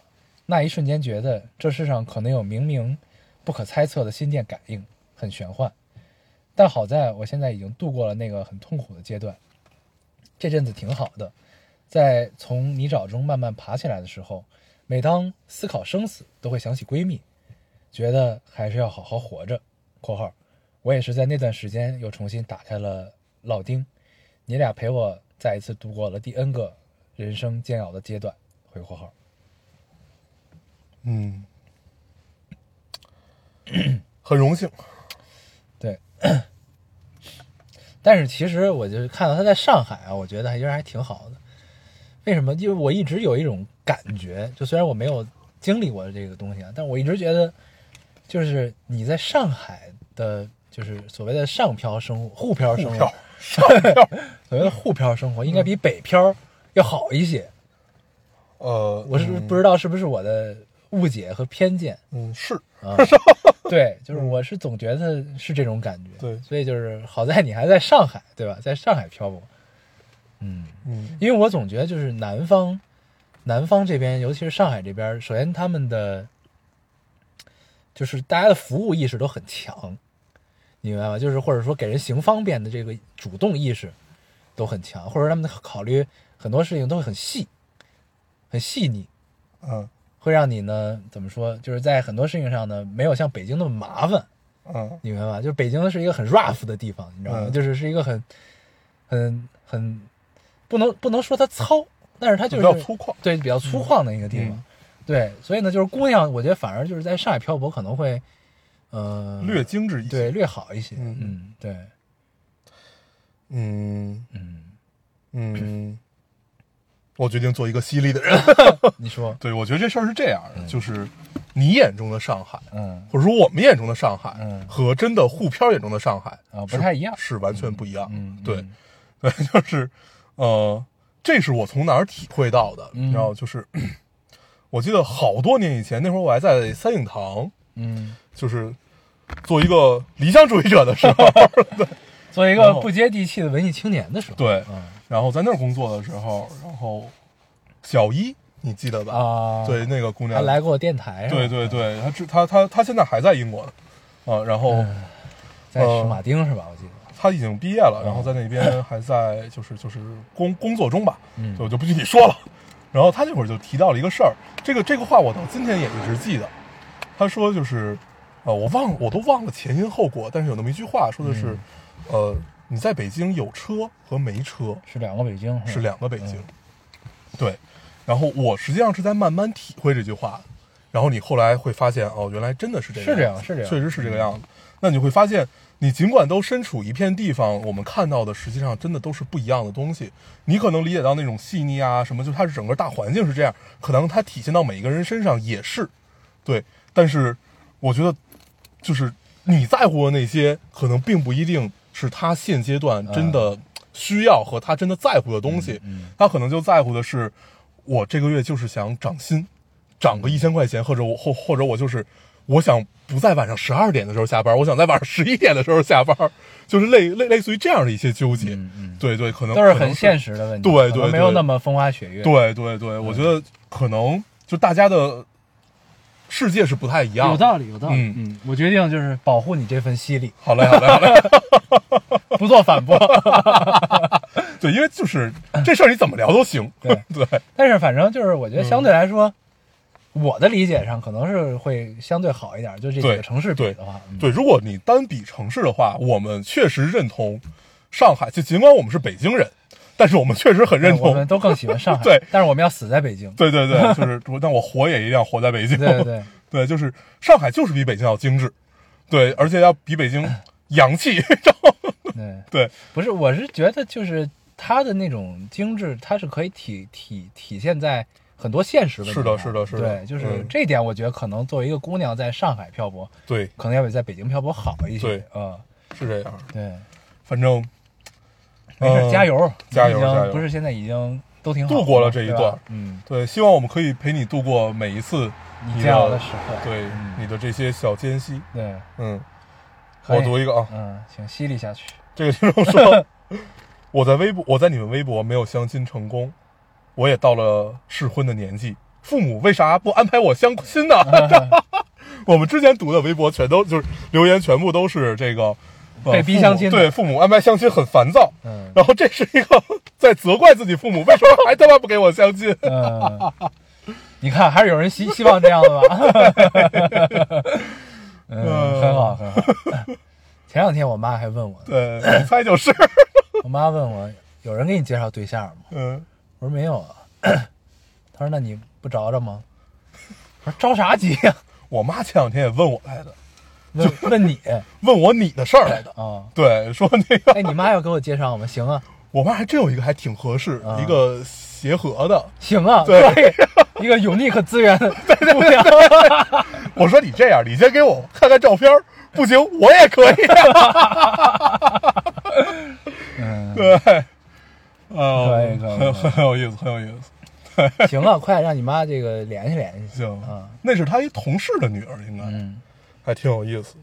那一瞬间觉得这世上可能有明明不可猜测的心电感应，很玄幻。但好在我现在已经度过了那个很痛苦的阶段，这阵子挺好的。在从泥沼中慢慢爬起来的时候，每当思考生死，都会想起闺蜜，觉得还是要好好活着。（括号）我也是在那段时间又重新打开了老丁，你俩陪我再一次度过了第 N 个人生煎熬的阶段。（回括号
*clears throat* 嗯，很荣幸。）
对。 *clears throat* 但是其实我就看到他在上海啊，我觉得还其实还挺好的。为什么？因为我一直有一种感觉，就虽然我没有经历过这个东西啊，但我一直觉得，就是你在上海的，就是所谓的上漂生活、沪漂生活 *laughs*
沪、
所谓的沪漂生活，应该比北漂要好一些。
呃，
我是不知道是不是我的误解和偏见
嗯是
啊？对，就是我是总觉得是这种感觉。
对
所以就是好在你还在上海，对吧？在上海漂泊，嗯。
嗯
因为我总觉得就是南方，南方这边，尤其是上海这边，首先他们的就是大家的服务意识都很强，你明白吗？就是或者说给人行方便的这个主动意识都很强，或者他们的考虑很多事情都很细，很细腻，
嗯
会让你呢怎么说？就是在很多事情上呢，没有像北京那么麻烦，
嗯
你明白吗？就是北京是一个很 rough 的地方，你知道吗？
嗯
就是是一个很、很、很不能不能说它糙，但是它就是
比较粗犷
对，比较粗犷的一个地方。
嗯
对，所以呢，就是姑娘，我觉得反而就是在上海漂泊可能会，呃，
略精致一些。
嗯对略好一些。
嗯
嗯，对，
嗯，
嗯，
嗯，我决定做一个犀利的人。
你说，
对，我觉得这事儿是这样的，就是你眼中的上海，
嗯
或者说我们眼中的上海，
嗯
和真的沪漂眼中的上海
啊不
是
太一样
是完全不一样。
嗯，
对
嗯，
*laughs* 对，就是，呃，这是我从哪儿体会到的，
嗯
你知道，就是我记得好多年以前，那会儿我还在三影堂，
嗯，
就是做一个理想主义者的时
*laughs*
候，
作为一
然
个
后
不接地气的文艺青年的时候，
对，
嗯
然后在那儿工作的时候，然后小一，你记得吧？
啊，
对，，那个姑
还
娘
来过电台，
对，对对，她知她她她现在还在英国呢，啊，然后
嗯在
呃
史马丁是吧？我记得，
她已经毕业了，然后在那边还在就是就是工工作中吧，
嗯
就我就不具体说了。然后她那会儿就提到了一个事儿，这个这个话我到今天也一直记得。她说就是，呃，我忘我都忘了前因后果，但是有那么一句话说的是，呃，你在北京有车和没车，
是两个北京，吧
是两个北京。
嗯
对，然后我实际上是在慢慢体会这句话，然后你后来会发现，哦，原来真的是这个
是这
样
样
子，
是这样嗯
确实是这个样子。那你会发现，你尽管都身处一片地方，我们看到的实际上真的都是不一样的东西。你可能理解到那种细腻啊，什么，就它是整个大环境是这样，可能它体现到每一个人身上也是，对。但是我觉得，就是你在乎的那些，可能并不一定是他现阶段
嗯
真的需要和他真的在乎的东西。他可能就在乎的是，我这个月就是想涨薪，涨个一千块钱，或者我或或者我就是我想不在晚上十二点的时候下班，我想在晚上十一点的时候下班，就是类类类似于这样的一些纠结。对对，可能
嗯都是
嗯可能
很现实的问题，
对对
可能没
对
有那么风花雪月，
对对对，我觉
嗯
得可能就大家的世界是不太一样的。
有道理，有道理。
嗯
嗯，我决定就是保护你这份犀利，
好嘞，好嘞，
*laughs*
好嘞。
不做反
*laughs*
驳。
对，因为就是这事儿你怎么聊都行。
*laughs* 对嗯
对，
但是反正就是，我觉得
嗯
相对来说，我的理解上可能是会相对好一点。就这几
对
个城市比的话，嗯
对，如果你单比城市的话，我们确实认同上海，就尽管我们是北京人，但是我们确实很认
哎我
同
们。都更喜欢上海。
*laughs* 对
但是我们要死在北京。
对
*laughs*
对对，就是但我活也一定要活在北京。
对对
*laughs*
对，
对，就是上海就是比北京要精致，对，而且要比
*laughs*
北京洋气。 *laughs* 然后
对
对，
不是，我是觉得就是它的那种精致，它是可以体体体现在很多现实问题
是
上
的是的是的
对，就是
嗯
这点，我觉得可能作为一个姑娘在上海漂泊，
对，
可能要比在北京漂泊好一些。
对
嗯，
是这样。
对。
反正
没事，
呃
加油，
加油
已经
加油
不是现在已经都挺好
度过了这一段
对吧嗯，
对，希望我们可以陪你度过每一次
你
你
煎熬
的
的时刻，
嗯对、
嗯
你的这些小间隙。
对，
嗯，
可以
我读一个啊，
嗯，请犀利下去，
*laughs* 这个听众说，我在微博，我在你们微博没有相亲成功，我也到了适婚的年纪，父母为啥不安排我相亲呢？ *laughs* 我们之前读的微博全都就是留言，全部都是这个、呃
被逼
父母
相亲的
对父母安排相亲很烦躁，
嗯
然后这是一个在责怪自己父母为什么还他妈不给我相亲。
嗯， *laughs* 你看还是有人希希望这样的吧， *laughs*
呃
嗯，很好很好。前两天我妈还问我，
对，我猜就是，
我妈问我有人给你介绍对象吗？
嗯，
我说没有啊，她说那你不找找吗？我说着啥急呀？
我妈前两天也问我来的，
问问你
问我你的事儿来的。
啊？
对，说那个，
哎，你妈要给我介绍吗？行啊，
我妈还真有一个还挺合适，
啊
一个协和的，
行啊，
对
以，一个 unique 资源的姑娘，
我说你这样，你先给我看看照片儿，不行我也可以、
嗯，
对，哦，
可以可以
很
可以
很有意思，很有意思。
行啊，快让你妈这个联系联系。
行，
啊
那是他一同事的女儿，应该、
嗯，
还挺有意思。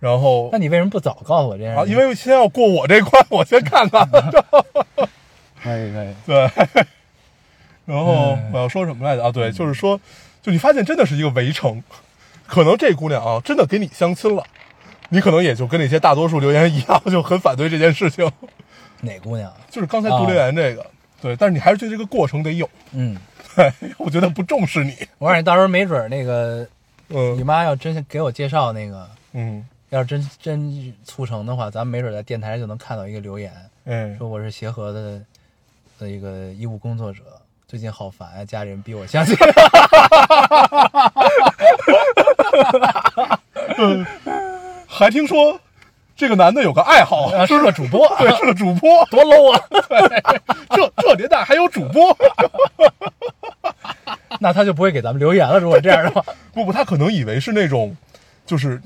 然后
那你为什么不早告诉我这样？
啊，因为先要过我这关，我先
*laughs*
看看。
可以可以，
对， *laughs* 然后
哎
我要说什么来着啊？对，
嗯
就是说，就你发现真的是一个围城，可能这姑娘啊，真的给你相亲了，你可能也就跟那些大多数留言一样，就很反对这件事情。 *laughs*
哪姑娘？
就是刚才读留言
啊
这个，对，但是你还是对这个过程得有， *laughs*
嗯，
对，我觉得不重视你，
我告诉你，到时候没准儿那个你
嗯
妈要真给我介绍那个，
嗯，
要是真真促成的话，咱们没准儿在电台就能看到一个留言，
哎，
说我是协和的的一个医务工作者，最近好烦啊，家里人逼我相亲。
还听说这个男的有个爱好，
*laughs* 啊是个主播
*laughs* 对，是个主播，
多 low 啊！ *laughs*
这这年代还有主播，
那他就不会给咱们留言了。如果这样的话，
*laughs* 不不，他可能以为是那种，就是，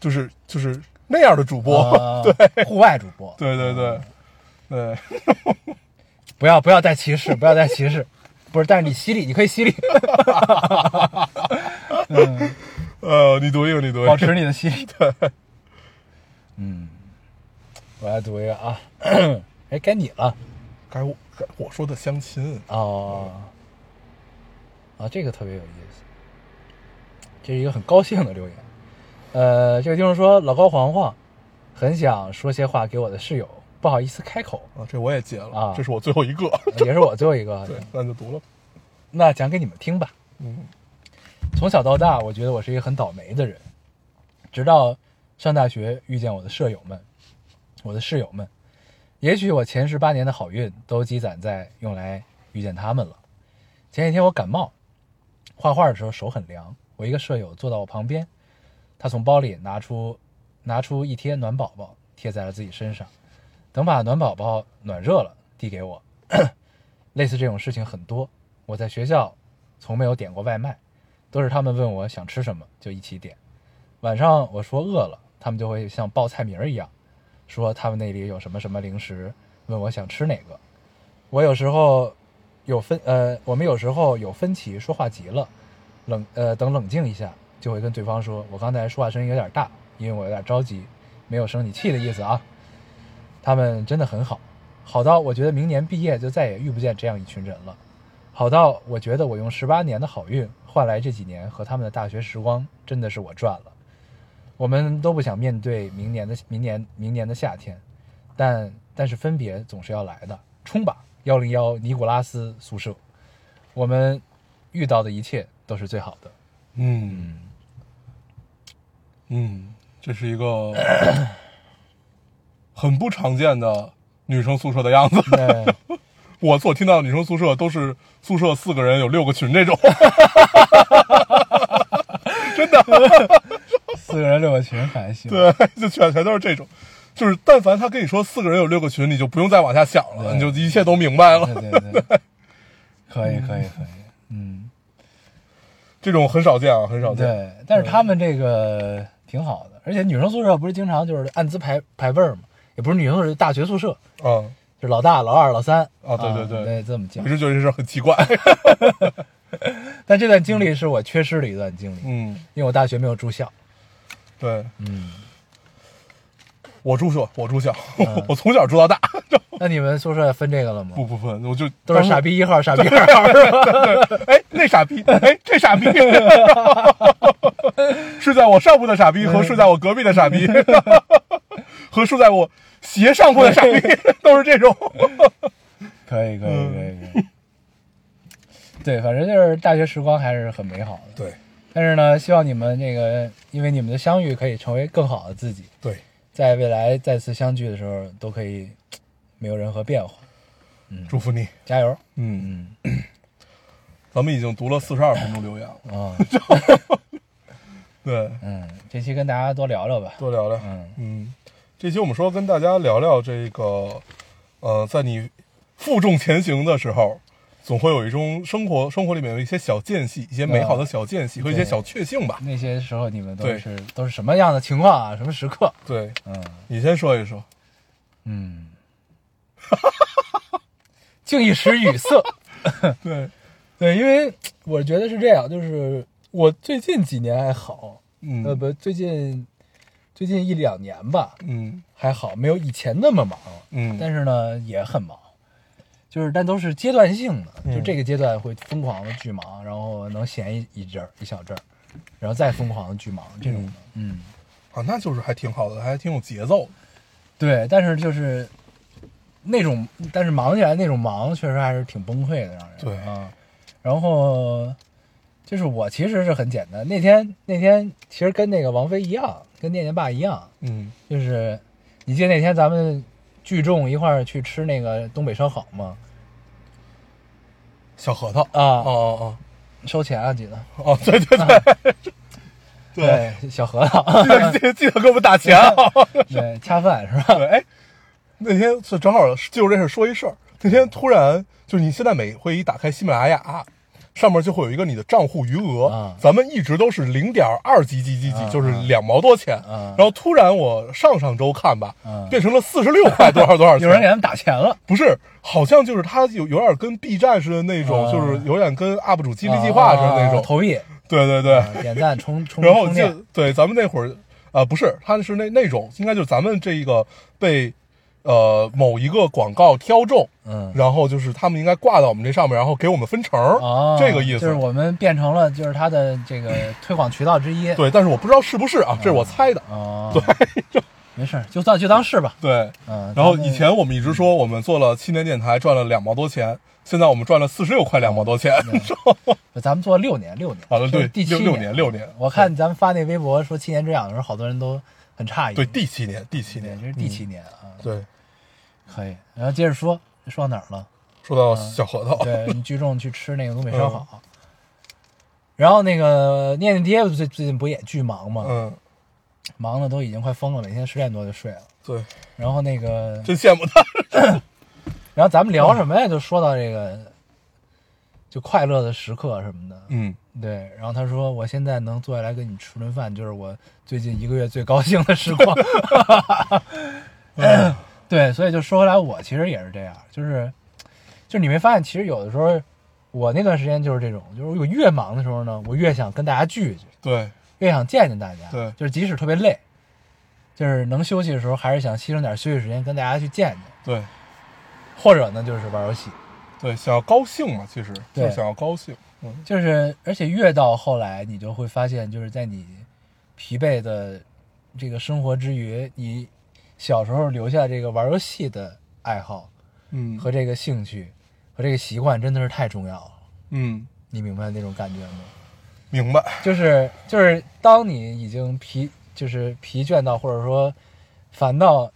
就是就是那样的主播，
啊 *laughs* 对，户外主播，
*laughs* 对对对对，
不要不要带歧视，不要带歧 *laughs* 视，不是，但是你犀利，你可以犀利，
呃，你读一个，你读一
保
个，
持你的犀利。对，嗯，我来读一个 *laughs* 啊，哎，该你了
*laughs* 该我该我说的相亲，
哦，啊，这个特别有意思，这是一个很高兴的留言。呃，这个听众说，老高黄黄很想说些话给我的室友，不好意思开口，
啊，这我也截了，
啊
这是我最后一个，
也是我最后一个。
*laughs*
啊
对，那就读了，
那讲给你们听吧。
嗯，
从小到大，我觉得我是一个很倒霉的人，直到上大学遇见我的舍友们，我的室友们，也许我前十八年的好运都积攒在用来遇见他们了。前几天我感冒，画画的时候手很凉，我一个舍友坐到我旁边，他从包里拿出拿出一贴暖宝宝贴在了自己身上，等把暖宝宝暖热了递给我。类似这种事情很多，我在学校从没有点过外卖。都是他们问我想吃什么就一起点。晚上我说饿了，他们就会像报菜名儿一样，说他们那里有什么什么零食，问我想吃哪个。我有时候有分呃，我们有时候有分歧，说话急了，冷呃等冷静一下，就会跟对方说，我刚才说话声音有点大，因为我有点着急，没有生你气的意思啊。他们真的很好，好到我觉得明年毕业就再也遇不见这样一群人了。好到我觉得我用十八年的好运换来这几年和他们的大学时光，真的是我赚了。我们都不想面对明年的明年明年的夏天，但但是分别总是要来的，冲吧！幺零幺尼古拉斯宿舍，我们遇到的一切都是最好的。
嗯嗯，这是一个 *coughs* 很不常见的女生宿舍的样子， *laughs*
嗯
我所听到的女生宿舍都是宿舍四个人有六个群这种，
四个人六个群还行，
对， *laughs* 就全全都是这种，就是但凡他跟你说四个人有六个群，你就不用再往下想了，
对
你就一切都明白了。
对对对，可以可以可以，嗯，
这种很少见啊，很少见。
哦对，嗯但是他们这个挺好的，而且女生宿舍不是经常就是按资排排位儿嘛，也不是女生宿舍，就大学宿舍，
嗯，
就是老大、老二、老三。
哦对对
啊
对
对，这么讲
我一。直觉得这事儿很奇怪。
但这段经历是我缺失的一段经历，
嗯，
因为我大学没有住校。
对
嗯，
*laughs* 我住校，我住校，
嗯
我从小住到大，
那你们宿舍分这个了吗？
不不分，我就
嗯都是
当 *laughs*
傻逼一号、傻逼二号是吧？
哎，那傻逼，哎，这傻逼， *laughs* 睡在我上铺的傻逼和睡在我隔壁的傻逼， *laughs* 和睡在我斜上铺的傻逼， *laughs* 都是这种。
*laughs* 可以可以可以可以。嗯对，反正就是大学时光还是很美好的。
对
但是呢，希望你们这个因为你们的相遇，可以成为更好的自己。
对，
在未来再次相聚的时候，都可以没有任何变化。
祝福你。
加
*laughs*
油！
嗯嗯，咱们已经读了四十二分钟留言了。
啊，
对，
嗯，这期跟大家多聊聊
*laughs*
吧。
多聊聊。
嗯
嗯，这期我们说跟大家聊聊这个，呃，在你负重前行的时候，总会有一种生活生活里面有一些小间隙，一些美好的小间隙和一些
对
小确幸吧。
那些时候你们都
对
是都是什么样的情况啊？什么时刻？
对
嗯
你先说一说，
嗯，竟一时
*laughs*
语塞。
对，
对，因为我觉得是这样，就是我最近几年还好，呃，
嗯
不，最近最近一两年吧，
嗯
还好，没有以前那么忙。
嗯，
但是呢也很忙，就是但都是阶段性的，
嗯
就这个阶段会疯狂的巨忙，然后能闲一一阵儿一小阵儿，然后再疯狂的巨忙这种的，嗯，
啊，那就是还挺好的，还挺有节奏的。
对，但是就是那种，但是忙起来那种忙，确实还是挺崩溃的，让人
对
啊，然后。就是我其实是很简单，那天那天其实跟那个王菲一样，跟念念爸一样，
嗯
就是你记得那天咱们聚众一块儿去吃那个东北烧烤吗？
小核桃，
啊，
哦哦
收钱啊，记得。啊
哦哦，对对对， *laughs* 对，，
小核桃，
*laughs* 记得记得记得给我们打钱啊！
对，恰饭是
*laughs*
吧？
对， *laughs* 哎，那天是正好就这事儿说一事儿。那天突然就是你现在每回一打开喜马拉雅，上面就会有一个你的账户余额，
啊
咱们一直都是零点二几几几几，
啊
就是两毛多钱。
啊
然后突然我上上周看吧，
啊
变成了四十六
*laughs*
块多少多少
有
钱。
人给他们打钱了，
不是，好像就是他有有点跟 B 站似的那种，
啊
就是有点跟 UP 主激励计划似的那种。
啊投币，
对对对，
啊点赞充充，
然后
充
就
电
对咱们那会儿啊、不是，他是那那种，应该就是咱们这一个被呃某一个广告挑中，
嗯，
然后就是他们应该挂到我们这上面，然后给我们分成，
哦，
这个意思。
就是我们变成了就是它的这个推广渠道之一。，
对，但是我不知道是不是啊，这是我猜的。
哦，对，没事儿， *laughs* 就算就当是吧。
对，
嗯，
然后
咱们
以前我们一直说我们做了七年电台赚了两毛多钱，现在我们赚了四十六块两毛多钱， *laughs*
咱们做六年，六年，
好了，
这
对
哦是，第
六
七
六年六年，
我看咱们发那微博说七年之痒的时候，好多人都很诧异。
对第七年第七
对，
年嗯
这是第七年啊，
对，
可以。然后接着说，说到哪儿了？
说到小核桃，
啊 *laughs* 对你聚众去吃那个东北烧烤。然后那个念念爹最最近不也巨忙吗？
嗯，
忙的都已经快疯了，每天十点多就睡了。
对，
然后那个，
真羡慕他，
然后咱们聊什么呀？就说到这个，就快乐的时刻什么的。
嗯，
对，然后他说：“我现在能坐下来跟你吃顿饭，就是我最近一个月最高兴的时光。嗯对，所以就说回来，我其实也是这样，就是，就是你没发现，其实有的时候我那段时间就是这种，就是我越忙的时候呢，我越想跟大家聚一聚，
对
越想见见大家。
对
就是即使特别累，就是能休息的时候，还是想牺牲点休息时间跟大家去见见，
对。
或者呢就是玩游戏，
对，想要高兴嘛，其实就
对
是想要高兴。嗯，
就是，而且越到后来，你就会发现，就是在你疲惫的这个生活之余，你小时候留下这个玩游戏的爱好
嗯
和这个兴趣和这个习惯，真的是太重要了。
嗯，
你明白那种感觉吗？
明白。
就是就是，当你已经疲就是疲倦到，或者说烦到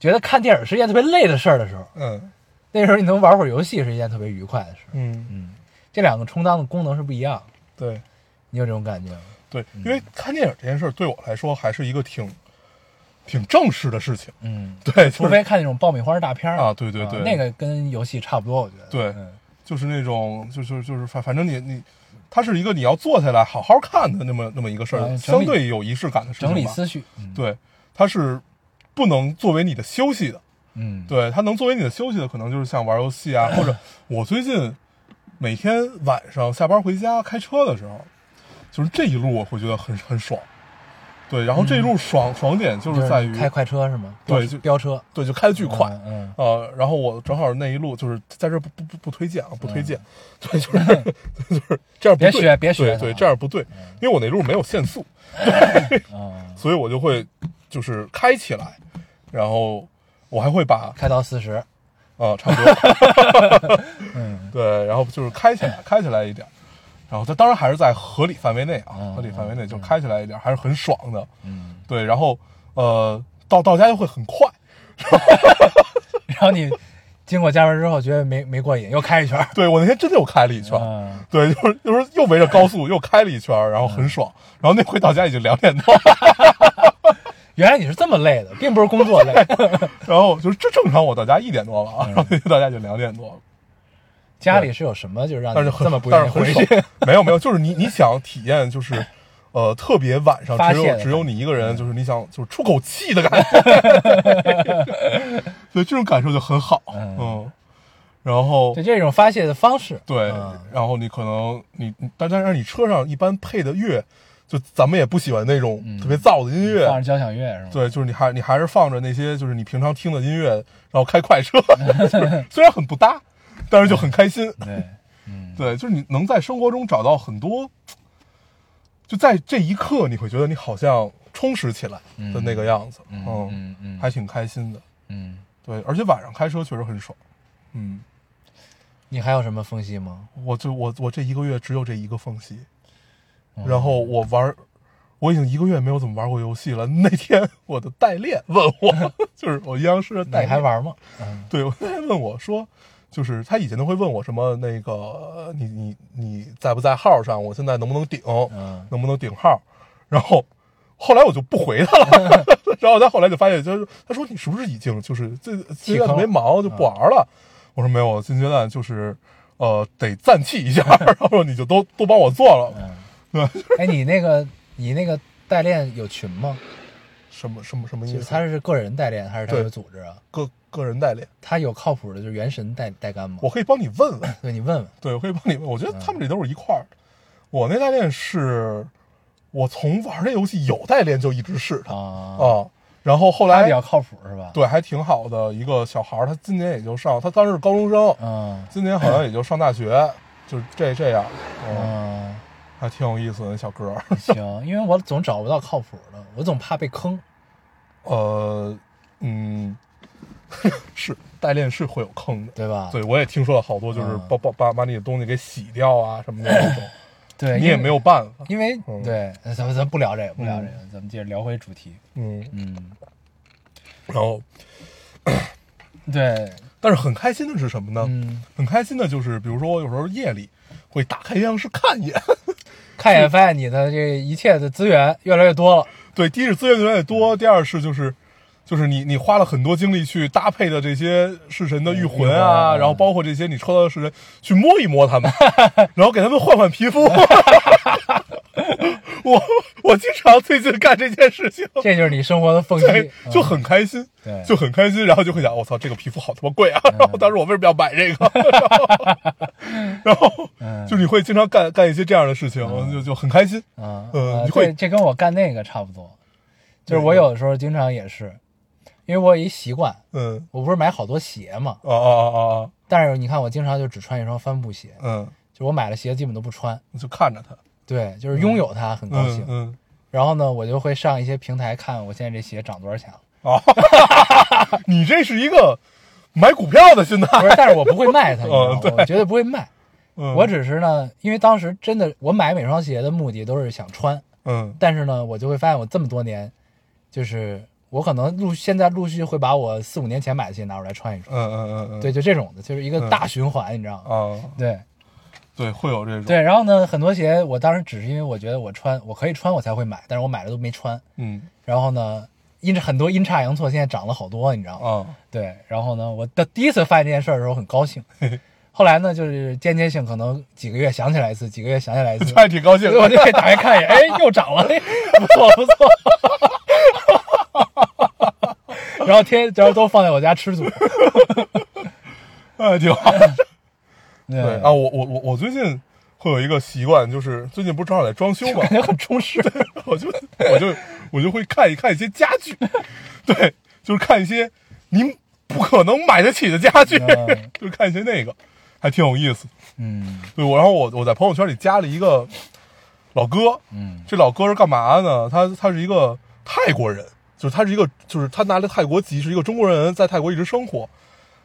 觉得看电影是一件特别累的事儿的时候，
嗯
那时候你能玩会儿游戏是一件特别愉快的事儿。
嗯，
嗯，这两个充当的功能是不一样的，
对
你有这种感觉吗？
对，
嗯
因为看电影这件事儿对我来说还是一个挺挺正式的事情。
嗯，
对，就
除
是
非看那种爆米花大片儿
啊对对对
那个跟游戏差不多，我觉得。
对
嗯
就是那种就就就是反反正你你，它是一个你要坐下来好好看的那么那么一个事
啊
儿，
整
相
理
对有仪式感的事情
整
吧。
理思绪。嗯，
对，它是不能作为你的休息的。
嗯，
对，它能作为你的休息的，可能就是像玩游戏啊，
*laughs*
或者我最近每天晚上下班回家开车的时候，就是这一路我会觉得很很爽。对，然后这一路爽、爽点就
就是
在于
你开快车是吗？
对
飙
就
飙车
对，就开的巨快。
嗯嗯，
呃，然后我正好那一路就是在这儿不不不不推荐啊，不推荐，对，就是 *laughs* 就是这样
嗯
不
别
对，
学别学
对
他
对，
啊
这样不对，因为我那路没有限
*laughs*
速，
嗯
*laughs* 所以我就会就是开起来，然后我还会把
开到四十。
啊，差不多。 *laughs*
嗯，
对，然后就是开起来，开起来一点，然后它当然还是在合理范围内啊
嗯，
合理范围内就开起来一点，还是很爽的。
嗯，
对，然后呃，到到家就会很快，
然后你经过加班之后觉得没没过瘾，又开一圈儿。
对我那天真的又开了一圈。
嗯，
对，就是就是又围着高速又开了一圈，然后很爽。
嗯
然后那回到家已经两点多了，
原来你是这么累的，并不是工作
*laughs*
累。
然后就是这正常我到家一点多了啊，
嗯
然后那天到家就两点多了，
家里是有什么就是让
但是
你
很
这么不
但
愿
是
意
很
回
爽
去？。
没有没有，就是你你想体验就是，呃，特别晚上
发
只
泄的
有
感
只有
觉
你一个人，就是你想就是出口气的感
*laughs*
觉，所以这种感受就很好，
嗯
嗯，然
*laughs*
后
就这种发泄的方式。
对
嗯，
然后你可能你你但但是你车上一般配的乐，就咱们也不喜欢那种特别燥的音乐，
嗯放着交响乐是吗？
对，就是你还你还是放着那些就是你平常听的音乐，然后开快车， *laughs*
*laughs*
就是虽然很不搭，但是就很开心。
对，嗯
对，就是你能在生活中找到很多，就在这一刻，你会觉得你好像充实起来的那个样子，嗯，
嗯嗯
还挺开心的。
嗯，
对，而且晚上开车确实很爽。嗯，
你还有什么分析吗？
我就我我这一个月只有这一个缝隙，
哦
然后我玩，我已经一个月没有怎么玩过游戏了。那天我的代练问我， *laughs* 就是我阴阳师的代
你还
练，
玩吗？嗯
对，我他还问我说，就是他以前都会问我什么那个，你你你在不在号上？我现在能不能顶？
嗯
能不能顶号？然后后来我就不回
*laughs*
他了，然后他后来就发现，就是他说你是不是已经就是最最
弃
近
坑嗯
特别忙就不玩了？我说没有，现阶段就是呃得暂弃一下，然后说你就都都帮我做了， *laughs*
嗯，哎，你那个你那个代练有群吗？
什么什么什么意
就是
思？
他是个人代练还是他
嗯对
有组织啊？
个个人代练，
他有靠谱的，就是元神代代干吗？
我可以帮你问问，
对你问问，
对，我可以帮你问。我觉
嗯
得他们这都是一块儿的。我那代练是，我从玩这游戏有代练就一直是
啊
他啊，然后后
他
来
比较靠谱是吧？，
对，还挺好的一个小孩儿，他今年也就上，他当时是高中生，
嗯
今年好像也就上大学，就是这这样，嗯，
嗯，
还挺有意思的那小哥儿。
行，因为我总找不到靠谱的，我总怕被坑。
呃，嗯， *laughs* 是代练是会有坑的，
对吧？
对我也听说了好多，就是
啊嗯
把把把把你的东西给洗掉啊什么的那种，
*laughs* 对，因
你也
为
没有，办法。
因为
嗯
对，呃咱咱不聊这个，不聊
嗯
这个，咱们接着聊回主题。
嗯，
嗯，
然后
对，
但是很开心的是什么呢？
嗯，
很开心的就是，比如说我有时候夜里会打开央视看一眼， *laughs*
看一眼发现你的这一切的资源越来越多了，
对，第一是资源越来越多，第二是就是就是你你花了很多精力去搭配的这些式神的御魂啊，
嗯
然后包括这些你抽到的式神，去摸一摸他们，然后给他们换换皮肤。 *laughs* 我我经常最近干这件事情，
这就是你生活的缝
对
隙，，
就很开心，
嗯对嗯
就很开心，然后就会想，我、操，这个皮肤好他妈贵啊！然后 *laughs* 当时我为什么要买这个？然后
嗯
*laughs* 就是你会经常干干一些这样的事情，就就很开心。
啊，
呃
呃
你会
这这跟我干那个差不多，就是我有的时候经常也是，因为我有一习惯，
嗯，
我不是买好多鞋嘛，
啊啊啊啊，
但是你看我经常就只穿一双帆布鞋，
嗯，
就我买了鞋基本都不穿，
你就看着他，
对，就是拥有它很高
嗯
兴，
嗯，
然后呢，我就会上一些平台看我现在这鞋涨多少钱了。
啊，你这是一个买股票的心态。
不是，但是我不会卖
*laughs*
它，你知道
嗯
吗
对
我绝对不会卖。
嗯
我只是呢，因为当时真的，我买每双鞋的目的都是想穿，
嗯
但是呢，我就会发现我这么多年，就是我可能陆现在陆续会把我四五年前买的鞋拿出来穿一穿，
嗯嗯嗯嗯，
对，就这种的，就是一个
嗯
大循环，你知道吗？
啊，
对
对，会有这种，
对，然后呢，很多鞋我当时只是因为我觉得我穿我可以穿我才会买，但是我买了都没穿，
嗯
然后呢，阴很多阴差阳错，现在涨了好多，你知道吗？
啊，，
对，然后呢，我的第一次发现这件事儿的时候很高兴，后来呢，就是间歇性，可能几个月想起来一次，几个月想起来一次
*laughs* 还挺高兴
所以。我就可以打开看一眼，哎，又涨了，哎，不错不错。然后天，然后都放在我家吃土。
哎，挺好。
对
对啊，，我我我我最近会有一个习惯，就是最近不是正好在装修
*laughs*
嘛，
感觉很充实。
我就我就我就会看一看一些家具，对，就是看一些您不可能买得起的家具，
嗯
*laughs* 就看一些那个，还挺有意思。
嗯
对，我然后我我在朋友圈里加了一个老哥，
嗯
这老哥是干嘛呢？他他是一个泰国人，就是他是一个就是他拿了泰国籍，是一个中国人，在泰国一直生活。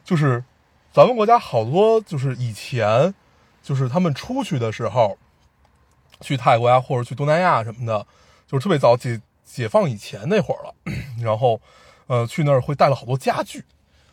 就是咱们国家好多就是以前就是他们出去的时候，去泰国呀、或者去东南亚什么的，就是特别早解解放以前那会儿了， *coughs* 然后呃去那儿会带了好多家具。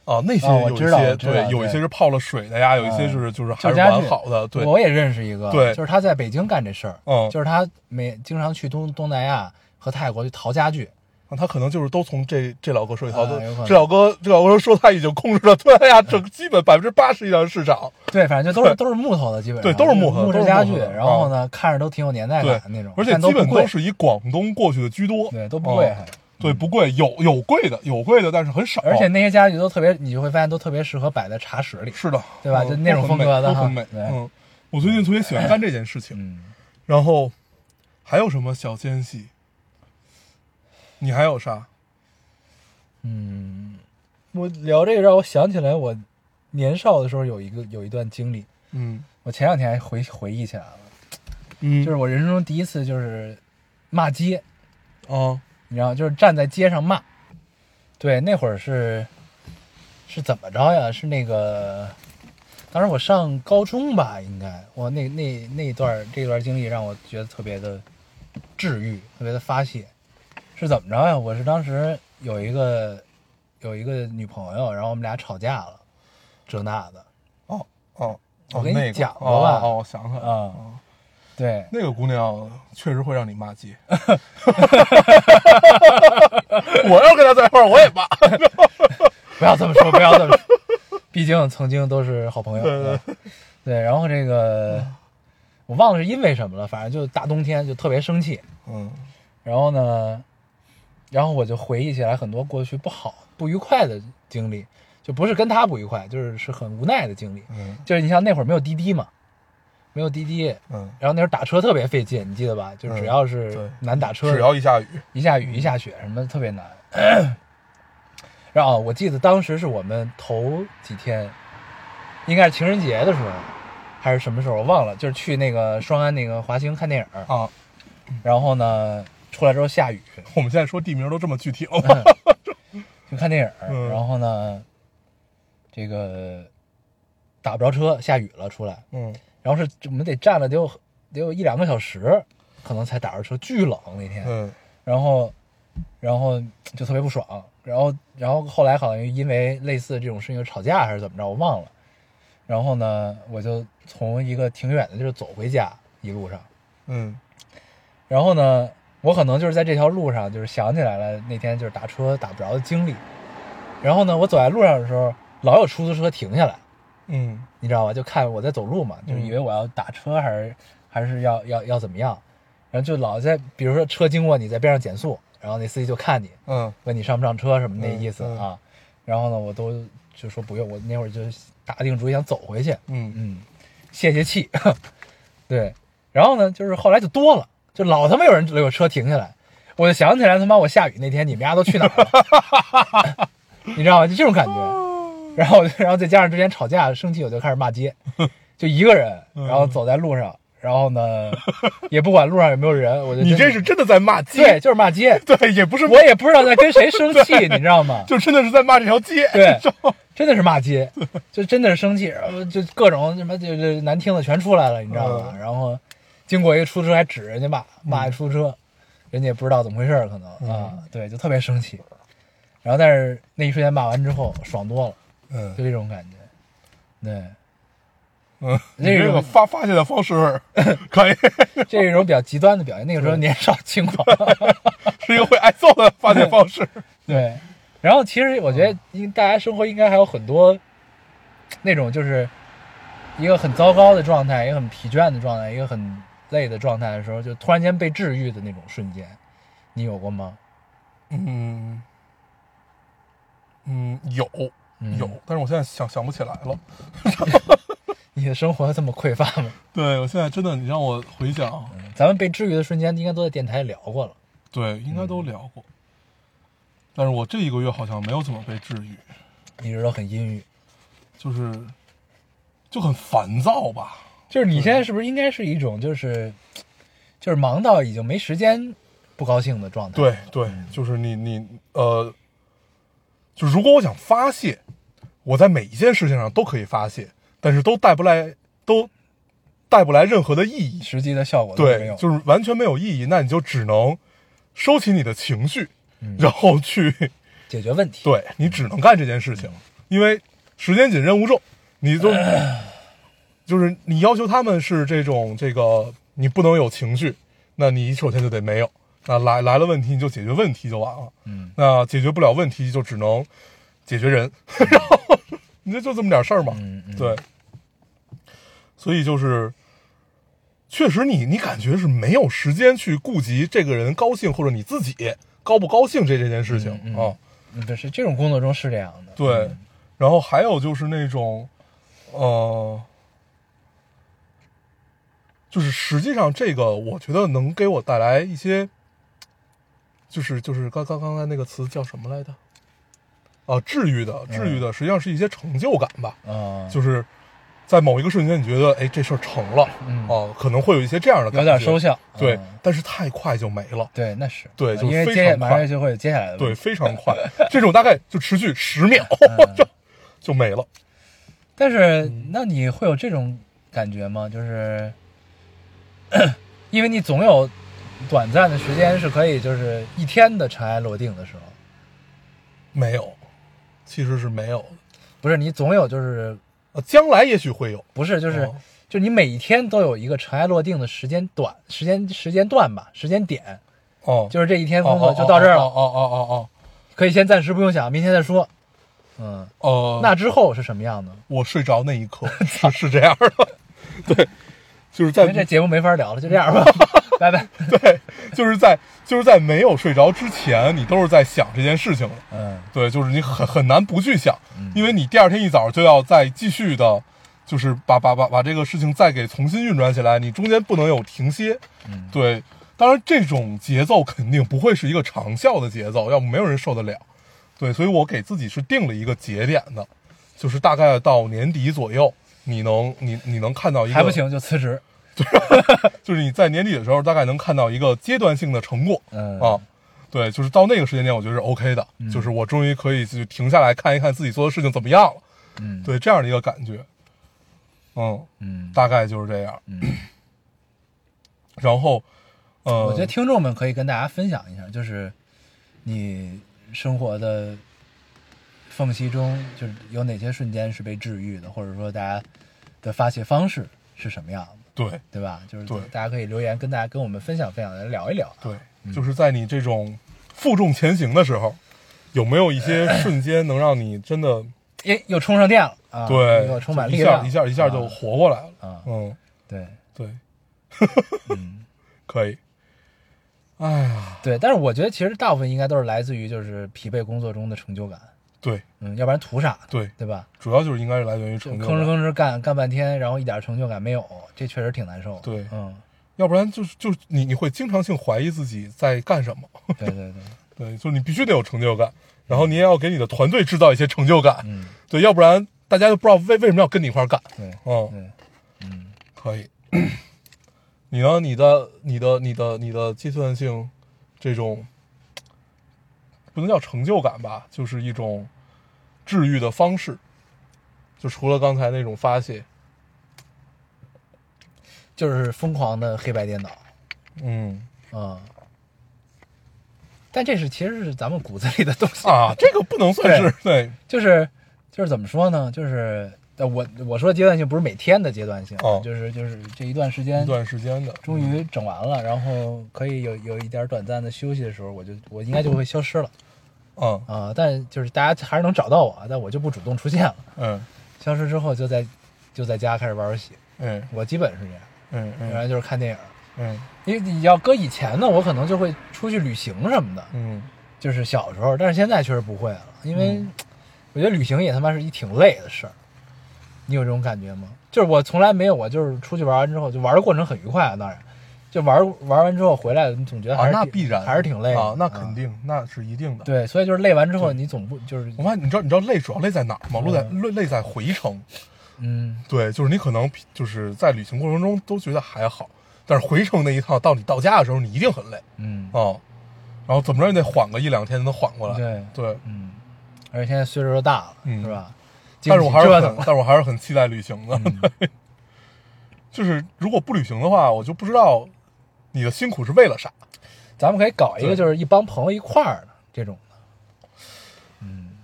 啊，那些
哦我
有一
知道
些、
我知道
对，有一
对
些是泡了水的呀，有一些
嗯
是就是还
就是家具
完好的，对，
我也认识一个，
对
就是他在北京干这事儿，
嗯
就是他每经常去东东南亚和泰国去淘家具，
啊，他可能就是都从这这老哥手里淘的
啊有可。能
这老哥，这老哥说他已经控制了 *laughs* 东南亚整基本百分之八十以上的市场。
对，反正就都
*laughs*
是都是木头的，基本上
对都是木头
头木质
都是
家具，
木头的啊
然后呢，看着都挺有年代
对
感的那种，，
而且
但
基本
不贵
都是以广东过去的居多。
对都不贵
啊
还嗯
对，不贵，有有贵的，有贵的，但是很少。
而且那些家具都特别，你就会发现都特别适合摆在茶室里。
是的，
对吧
嗯
就那种
都很
风格
美
的
都
哈
很美。
对
嗯，我最近特别喜欢干这件事情。
嗯，
*laughs* 然后还有什么小间隙？你还有啥？
嗯我聊这个让我想起来，我年少的时候有一个有一段经历，
嗯
我前两天还回回忆起来了，
嗯，
就是我人生中第一次就是骂街，
啊，
你知道，就是站在街上骂。对，那会儿是是怎么着呀？是那个，当时我上高中吧，应该我那那那一段这段经历让我觉得特别的治愈，特别的发泄。是怎么着呀？我是当时有一个有一个女朋友，然后我们俩吵架了，这那的。
哦哦哦，
我跟你
那个
讲过
哦
吧
哦，我想起来了。
啊
哦
对，
那个姑娘确实会让你骂 *laughs* 街。我要跟她在一块儿，我也骂。
*laughs* 不要这么说，不要这么说，毕竟曾经都是好朋友。
对对
对对然后这个我忘了是因为什么了，反正就大冬天就特别生气。
嗯
然后呢，然后我就回忆起来很多过去不好、不愉快的经历，就不是跟他不愉快，就是是很无奈的经历。
嗯
就是你像那会儿没有滴滴嘛，没有滴滴，
嗯，
然后那会儿打车特别费劲，你记得吧？就只要是
对
难打车，
只要一下雨，
一下雨一下雪什么的特别难。 *clears throat* 然后我记得当时是我们头几天，应该是情人节的时候，还是什么时候我忘了，就是去那个双安那个华星看电影儿，
啊，
然后呢出来之后下雨， *laughs*
我们现在说地名都这么具体了吗？
去看电影儿，
嗯
然后呢这个打不着车，下雨了出来，
嗯
然后是我们得站了得有得有一两个小时，可能才打着车，巨冷那天。
嗯
然后，然后就特别不爽，然后，然后后来好像因为类似这种事情就吵架还是怎么着，我忘了。然后呢，我就从一个挺远的地儿走回家，一路上，
嗯
然后呢，我可能就是在这条路上，就是想起来了那天就是打车打不着的经历。然后呢，我走在路上的时候，老有出租车停下来，
嗯
你知道吧？就看我在走路嘛，就
嗯
以为我要打车还是还是要要要怎么样，然后就老在比如说车经过你在边上减速，然后那司机就看你，
嗯
问你上不上车什么那
嗯
意思
嗯
啊。然后呢，我都就说不用，我那会儿就打定主意想走回去，
嗯
嗯，泄泄气。 *laughs* 对，然后呢，就是后来就多了，就老他妈有人有车停下来，我就想起来他妈我下雨那天你们家都去哪儿了， *laughs* 你知道吗？就这种感觉。然后我就，然后再加上之前吵架生气，我就开始骂街，就一个人，
嗯
然后走在路上，然后呢，也不管路上有没有人，我就
你
真
这是真的在骂
对，
街，
就是骂街。
对，也不
*laughs*
是，
我也不知道在跟谁生
*laughs*
气，你知道吗？
就真的是在骂这条街。
对，真的是骂
*laughs*
街，就真的是生气，然后就各种什么就就难听的全出来了，你知道吗？
嗯
然后经过一个出租车还指人家骂，骂一出租车，人家也不知道怎么回事儿，可能
嗯
啊，对，就特别生气。然后但是那一瞬间骂完之后，爽多了，
嗯
就这种感觉。
*laughs*
对，
嗯，你这个发发泄的方式 *laughs* 可以，
这是一种比较极端的表现，那个时候年少轻狂。
是一个会挨揍的发泄方式。
对，然后其实我觉得应大家生活应该还有很多那种就是一个很糟糕的状态，一个很疲倦的状态，一个很累的状态的时候，就突然间被治愈的那种瞬间，你有过吗？
嗯嗯，有
嗯
有，但是我现在想想不起来了。
你的生活这么匮乏 *laughs* 吗？
对我现在真的，你让我回想，
咱们被治愈的瞬间应该都在电台聊过了。
对，应该都聊过。但是我这一个月好像没有怎么被治愈，
一直都很阴郁，
就是就很烦躁吧。
就是你现在是不是应该是一种就是就是忙到已经没时间不高兴的状态？
对对，就是你你呃，就如果我想发泄，我在每一件事情上都可以发泄，但是都带不来，都带不来任何的意义。
实际的效果都没
对
有，，
就是完全没有意义。那你就只能收起你的情绪，
嗯
然后去，
解决问题。
对你只能干这件事情，因为时间紧，任务重，
*clears throat*
你就、就是你要求他们是这种这个，你不能有情绪，那你首先就得没有。那来来了问题，你就解决问题就完了。
嗯，
那解决不了问题，就只能解决人， *laughs* 然后你这就这么点事儿嘛。
嗯嗯
对，所以就是，确实你你感觉是没有时间去顾及这个人高兴或者你自己高不高兴这这件事情、
嗯嗯
啊。
嗯，对，是这种工作中是这样的。
对，然后还有就是那种，呃，就是实际上这个我觉得能给我带来一些，就是就是刚刚刚才那个词叫什么来着？啊，治愈的，
嗯
治愈的，实际上是一些成就感吧。
啊，
就是在某一个瞬间，你觉得哎这事儿成了，
嗯
哦、可能会有一些这样的感
有
觉，
点收效。
对，
嗯
但是太快就没了，
对，那是
对
嗯
就是
因为
非
接
常
马
快
上就会有接下来的问
对，
题。
非
*laughs*
常快，这种大概就持续十秒、
嗯
*laughs* 就就没了。
但是，
嗯
那你会有这种感觉吗？就是， *coughs* 因为你总有短暂的时间是可以，就是一天的尘埃落定的时候，
没有，其实是没有的。
不是你总有就是
呃，将来也许会有，
不是就是
哦
就你每一天都有一个尘埃落定的时间短时间时间段吧，时间点，
哦，
就是这一天工
哦哦
作就到这儿了，
哦哦哦哦
可以先暂时不用想，明天再说。嗯，
哦，哦
那之后是什么样的？
我睡着那一
*laughs*
刻是是这样的， *laughs* 对，就是在
因为这节目没法聊了，就这样吧，拜拜。
*laughs* 对，就是在就是在没有睡着之前，你都是在想这件事情的。
嗯，
对，就是你很很难不去想，因为你第二天一早就要再继续的，就是把把把把这个事情再给重新运转起来，你中间不能有停歇。
嗯
对，当然这种节奏肯定不会是一个长效的节奏，要不没有人受得了。对，所以我给自己是定了一个节点的，就是大概到年底左右，你能你你能看到一个
还不行就辞职。
就是你在年底的时候，大概能看到一个阶段性的成果、
嗯
啊。对，就是到那个时间点，我觉得是 OK 的，就是我终于可以就停下来看一看自己做的事情怎么样了。
嗯，
对，这样的一个感觉，嗯，
嗯，
大概就是这样。 *clears throat* 然后，呃，
我觉得听众们可以跟大家分享一下，就是你生活的缝隙中，就是有哪些瞬间是被治愈的，或者说大家的发泄方式是什么样的，
对
对吧？就是
对
大家可以留言跟大家跟我们分享分享，来聊一啊聊。
对，
嗯
就是在你这种负重前行的时候，有没有一些瞬间能让你真的
哎，又充上电了啊！
对
又充满
就
力
一下
量，
一下一下就
啊
活过来了？
啊
嗯，
对
对，
嗯
*laughs* 可以。哎呀，
对。但是我觉得其实大部分应该都是来自于就是疲惫工作中的成就感，
对
嗯，要不然图啥呢？
对，
对吧？
主要就是应该是来源于
就
成就
吭哧
感，
吭哧干干半天，然后一点成就感没有，这确实挺难受的。
对
嗯，
要不然就是就是你你会经常性怀疑自己在干什么。
对对对，
对，就是你必须得有成就感，然后你也要给你的团队制造一些成就感。
嗯，
对，要不然大家就不知道为为什么要跟你一块儿干。
对
嗯，
对，
可以。你呢？你的你的你的你的计算性这种不能叫成就感吧，就是一种治愈的方式。就除了刚才那种发泄，
*laughs* 就是疯狂的黑白颠倒
嗯
啊、嗯。但这是其实是咱们骨子里的东西，
啊，这个不能算是对
就是就是怎么说呢？就是呃我我说阶段性不是每天的阶段性，啊
哦
就是就是这一段时间
一段时间的，
终于整完了，然后可以有有一点短暂的休息的时候，我就我应该就会消失了
嗯
啊、但就是大家还是能找到我，但我就不主动出现了。
嗯
消失之后就在就在家开始玩游戏，
嗯
我基本是这样，
嗯
然
嗯
后就是看电影。
嗯
因为你要搁以前呢，我可能就会出去旅行什么的，
嗯，
就是小时候，但是现在确实不会了，因为我觉得旅行也他妈是一挺累的事儿。你有这种感觉吗？就是我从来没有，我就是出去玩完之后，就玩的过程很愉快啊，当然，就玩玩完之后回来，你总觉得还
啊，
是挺、
那必然
还是挺累的
啊，那肯、定，那是一定的。
对，所以就是累完之后，你总不就是
我发现，你知道你知道累主要累在哪儿吗？累在累累在回程。
嗯，
对，就是你可能就是在旅行过程中都觉得还好，但是回程那一趟到你到家的时候，你一定很累
嗯
啊。然后怎么着也得缓个一两天才能缓过来。
对
对，
嗯，而且现在岁数又大了，
哦嗯
是吧？
但是我还是
折
很
腾，嗯
但是我还是很期待旅行的。 *laughs* 就是如果不旅行的话，我就不知道你的辛苦是为了啥。
咱们可以搞一个，
对
就是一帮朋友一块儿的这种的。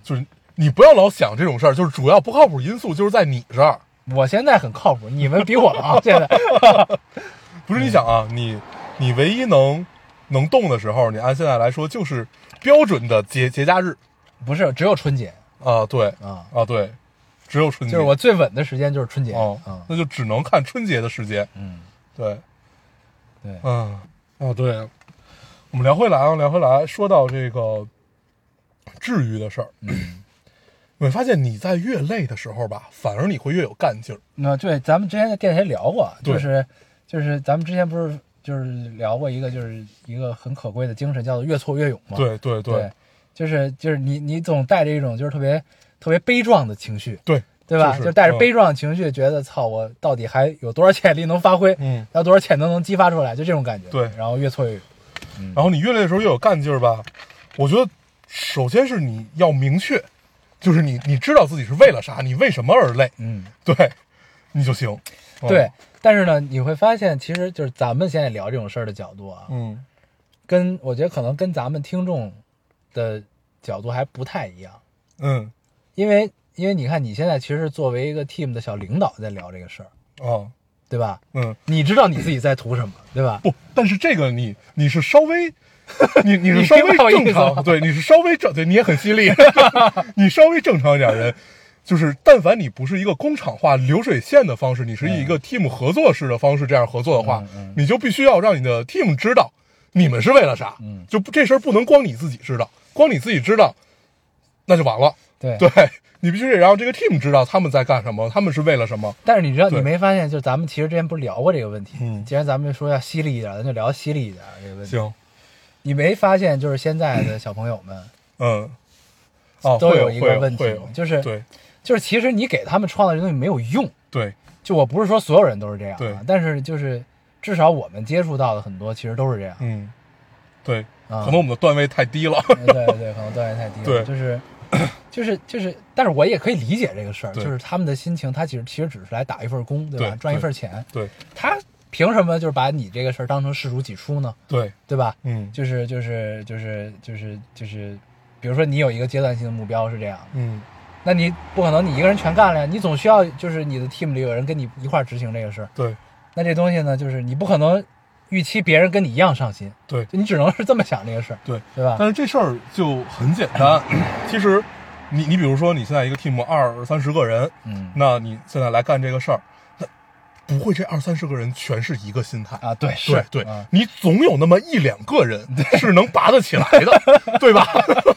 就是你不要老想这种事儿，就是主要不靠谱因素就是在你这儿。
我现在很靠谱，你们比我 *laughs* 啊，现在
不是你想啊，你你唯一能能动的时候，你按现在来说就是标准的节节假日
不是只有春节
啊，对
啊，
啊对，只有春
就
节，
是我最稳的时间就是春节
哦、
啊，
那就只能看春节的时间，
嗯，
对，
对
嗯啊对，我们聊回来啊，聊回来，说到这个治愈的事儿，
嗯
*clears throat* 你会发现你在越累的时候吧，反而你会越有干劲儿，
那对，咱们之前在电台聊过，
对
就是就是咱们之前不是就是聊过一个就是一个很可贵的精神，叫做越挫越勇嘛，
对对
对，就是就是你你总带着一种就是特别特别悲壮的情绪，
对
对吧？
就是
就带着
嗯
悲壮的情绪，觉得操，我到底还有多少潜力能发挥？
嗯，
还有多少潜能能激发出来？就这种感觉。
对
然后越挫越勇。
然后你越累的时候越有干劲儿吧。我觉得，首先是你要明确，就是你你知道自己是为了啥，你为什么而累，
嗯，
对，你就行。嗯
对，。但是呢，你会发现，其实就是咱们现在聊这种事儿的角度啊，
嗯
跟我觉得可能跟咱们听众的角度还不太一样，
嗯
因为因为你看你现在其实作为一个 team 的小领导在聊这个事儿，
啊
对吧？
嗯，
你知道你自己在图什么，对吧？
不，但是这个你你是稍微，你你是稍
你明白我
微
意思
正
吗
常，对，你是稍微正，对你也很犀
*laughs*
利， *laughs* 你稍微正常一点人，就是但凡你不是一个工厂化流水线的方式，你是以一
嗯
个 team 合作式的方式这样合作的话，你就必须要让你的 team 知道你们是为了啥，
嗯
就不这事儿不能光你自己知道，光你自己知道，那就完了，
对
对你必须得让这个 team 知道他们在干什么，他们是为了什么，
但是你知道，你
对
没发现，就是咱们其实之前不是聊过这个问题？
嗯
既然咱们说要犀利一点，咱就聊犀利一点这个问题。
行，
你没发现，就是现在的小朋友们
嗯。哦，
都
会
有一
会
个问题
会有，
就是
对
就是其实你给他们创造这东西没有用。
对，
就我不是说所有人都是这样
对
啊，但是就是至少我们接触到的很多其实都是这样。
嗯，对，
啊
可能我们的段位太低了。 *laughs*
对对对，可能段位太低了。
对
就是 *coughs* 就是就是，但是我也可以理解这个事儿，就
对
是他们的心情，他其实其实只是来打一份工，对吧？
对
赚一份钱，
对
他凭什么就是把你这个事儿当成视如己出呢？
对，
对吧？
嗯
就是就是就是就是就是，比如说你有一个阶段性的目标是这样，
嗯，
那你不可能你一个人全干了呀，你总需要就是你的 team 里有人跟你一块儿执行这个事儿。
对
那这东西呢，就是你不可能预期别人跟你一样上心，
对嗯
就你只能是这么想这个事儿，
对。
对吧？
但是这事儿就很简单，其实你你比如说你现在一个 team 二三十个人，
嗯
那你现在来干这个事儿，那不会这二三十个人全是一个心态。
啊，对
对
是，
对
啊，
你总有那么一两个人是能拔得起来
*laughs*
的，对吧？ *laughs*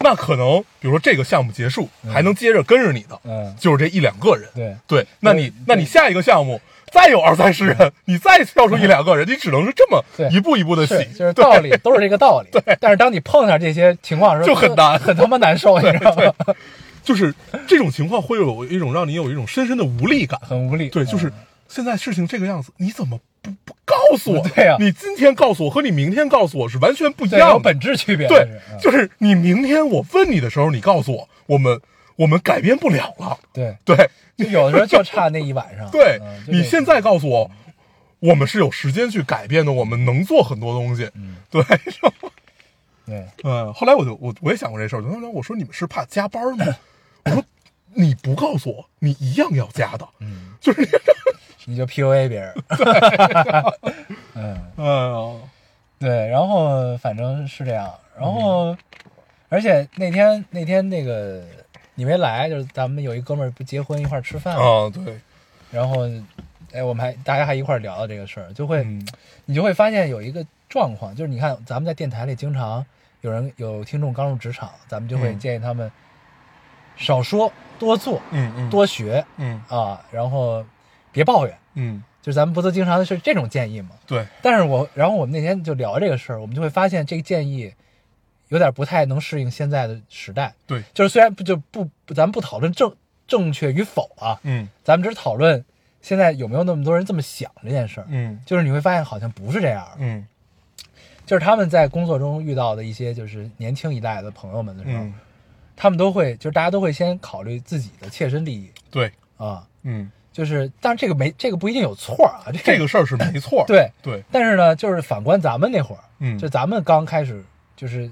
那可能，比如说这个项目结束，还能接着跟着你的，
嗯
就是这一两个人。
对
对，那你那你下一个项目再有二三十人，你再跳出一两个人，你只能是这么
对
一步一步的洗
是，，就是道理都是这个道理。对，但是当你碰上这些情况的时候，
就很难
很他妈难受，你知道吗？
就是这种情况会有一种让你有一种深深的无力感。
很无力。
对，就是
嗯
现在事情这个样子，你怎么不不告诉我？
对啊
你今天告诉我和你明天告诉我是完全不一
这有
样的。
本质区别。
对
这是，嗯
就是你明天我问你的时候，你告诉我，我们我们改变不了了。
对，
对，
就有的时候就差那一晚上。
对
嗯就这
你
个
现在告诉我，我们是有时间去改变的，我们能做很多东西。
嗯
对，然后
对
嗯，后来我就我我也想过这事儿，当时我说你们是怕加班吗？我说你不告诉我，你一样要加的，嗯，就是这样。
你就 PUA 别人。
哎呀，
对，然后反正是这样，然后、而且那天那天那个你没来，就是咱们有一哥们儿不结婚一块儿吃饭，嘛，
啊，对，
然后哎，我们还大家还一块儿聊到这个事儿，就会、
嗯
你就会发现有一个状况，就是你看咱们在电台里经常有人有听众刚入职场，咱们就会
嗯
建议他们少说多做
嗯嗯，
多学
嗯
啊，然后别抱怨，
嗯，
就是咱们不都经常是这种建议吗？
对，
但是我，然后我们那天就聊这个事儿，我们就会发现这个建议有点不太能适应现在的时代。
对，
就是虽然不就不，咱们不讨论正正确与否啊，
嗯
咱们只是讨论现在有没有那么多人这么想这件事儿。
嗯
就是你会发现好像不是这样的，
嗯
就是他们在工作中遇到的一些就是年轻一代的朋友们的时候，
嗯，
他们都会就是大家都会先考虑自己的切身利益
对，
啊，
嗯，就是
是但是这个没这个不一定有错啊，这
这个事儿是没错儿，
对
对，
但是呢，就是反观咱们那会儿，
嗯
就咱们刚开始就是，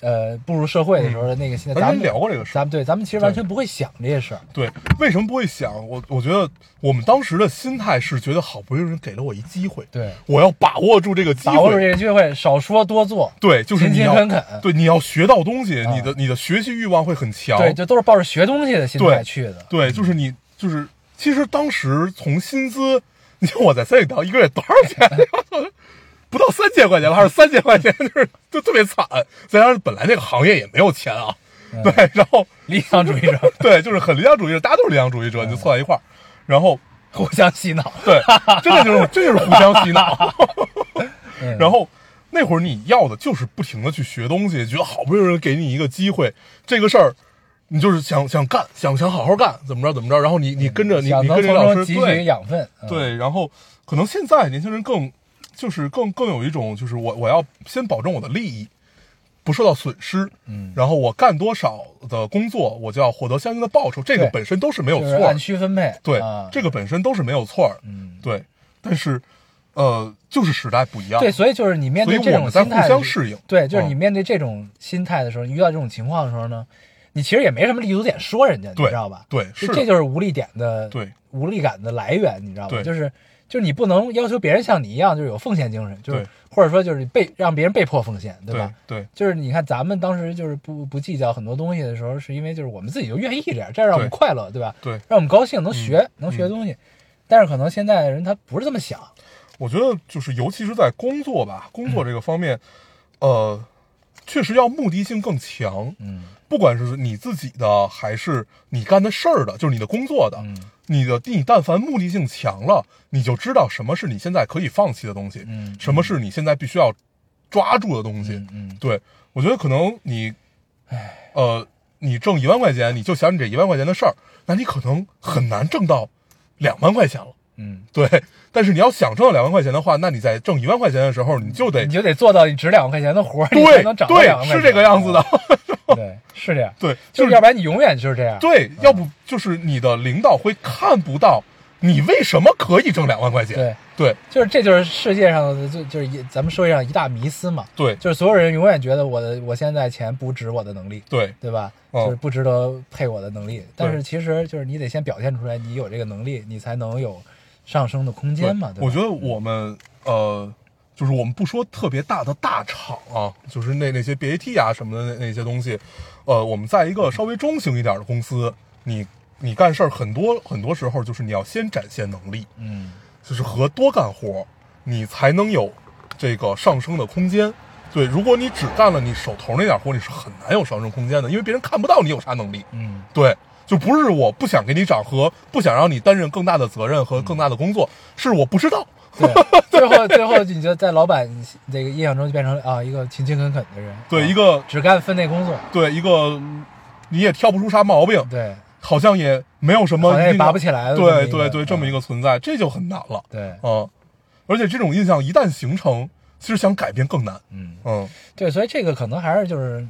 呃，步入社会的时候的那个心态，
嗯
咱
咱们
们
聊过这个事儿。
咱们对，咱们其实完全不会想这些事儿，
对，为什么不会想？我我觉得我们当时的心态是觉得好不容易有人给了我一机会，
对
我要把握住这个机
把握住
会。
这个机会，少说多做，
对，就是
勤
你
勤
要
恳恳，
对你要学到东西，
啊
你的你的学习欲望会很强。
对，就都是抱着学东西的心态
对
去的，
对就是你就是其实当时从薪资，你看我在三里岛一个月多少钱？不到三千块钱吧，还是三千块钱，就是就特别惨。再加上本来那个行业也没有钱啊，
嗯
对，然后
理想主义者
对，就是很理想主义者，大家都是理想主义者，你就凑在一块儿，然后
嗯 *laughs* 互相洗脑，
对，真的就是这就是互相洗脑。
*laughs* 嗯
*laughs* 然后那会儿你要的就是不停的去学东西，觉得好不容易给你一个机会，这个事儿你就是想想干，想想好好干，怎么着怎么着，然后你你跟着你
想
你
能
跟着
从
老
中
师
汲取
对
养分，嗯，
对，然后可能现在年轻人更就是更更有一种就是我我要先保证我的利益。不受到损失，嗯，然后我干多少的工作，我就要获得相应的报酬，这个
对
本身都是没有
就
错
是
的，
按区分配，
对，
啊
这个本身都是没有错儿，
嗯
对，但是，呃，就是时代不一样，
对，所以就是你面对
啊所以
这
我
种
们在
心态的
互
时候，
相适应
对，就是你
嗯
面对这种心态的时候，你遇到这种情况的时候呢，你其实也没什么立足点说人家，你
对
知道吧？
对
这
是的
这就是无力点的
对
无力感的来源，你知道吧？
对
就是就是你不能要求别人像你一样，就是有奉献精神，就是
对
或者说就是被让别人被迫奉献，对吧？
对对
就是你看，咱们当时就是不不计较很多东西的时候，是因为就是我们自己就愿意这样，这样让我们
对
快乐，对吧？
对，嗯
让我们高兴，能学、能学东西。但是可能现在的人他不是这么想，
我觉得就是尤其是在工作吧，工
嗯
作这个方面，呃，确实要目的性更强。
嗯
不管是你自己的还是你干的事儿的，就是你的工作的，
嗯
你的你但凡目的性强了，你就知道什么是你现在可以放弃的东西，
嗯
什么是你现在必须要抓住的东西。
嗯嗯，
对我觉得可能你，呃，你挣一万块钱，你就想你这一万块钱的事儿，那你可能很难挣到两万块钱了。
嗯，
对，但是你要想挣到两万块钱的话，那你在挣一万块钱的时候，你就得
你就得做到你值两万块钱的活儿，你才
对
能涨到两万
对
块钱。嗯
是这个样子的，，
对，是这样。
对，
就
*laughs* 就是是
要不然你永远就是这样。，
对，要不就是你的领导会看不到你为什么可以挣两万块钱。
对
对
就是这就是世界上的就就是一咱们社会上一大迷思嘛，
对
就是所有人永远觉得我的我现在钱不值我的能力，
对
对吧？
嗯
就是不值得配我的能力。但是其实就是你得先表现出来，你有这个能力，你才能有上升的空间嘛。对吧
我觉得我们呃，就是我们不说特别大的大厂啊，就是那那些 BAT 啊什么的那那些东西，呃，我们在一个稍微中型一点的公司，你你干事儿很多很多时候就是你要先展现能力，
嗯
就是和多干活，你才能有这个上升的空间。对，如果你只干了你手头那点活，你是很难有上升空间的，因为别人看不到你有啥能力。
嗯
对，就不是我不想给你涨和不想让你担任更大的责任和更大的工作，是我不知道。
对，最后 *laughs* 最后你就在老板这个印象中就变成啊一个勤勤恳恳的人，
对，
啊
一个
只干分内工作，
对一个嗯你也挑不出啥毛病，
对
好像也没有什么
好像也
一定的
拔不起来的这么
对
一个
对对，这么
嗯
一个存在，这就很难了。
对，
嗯，而且这种印象一旦形成，其实想改变更难。
嗯
嗯，
对，所以这个可能还是就是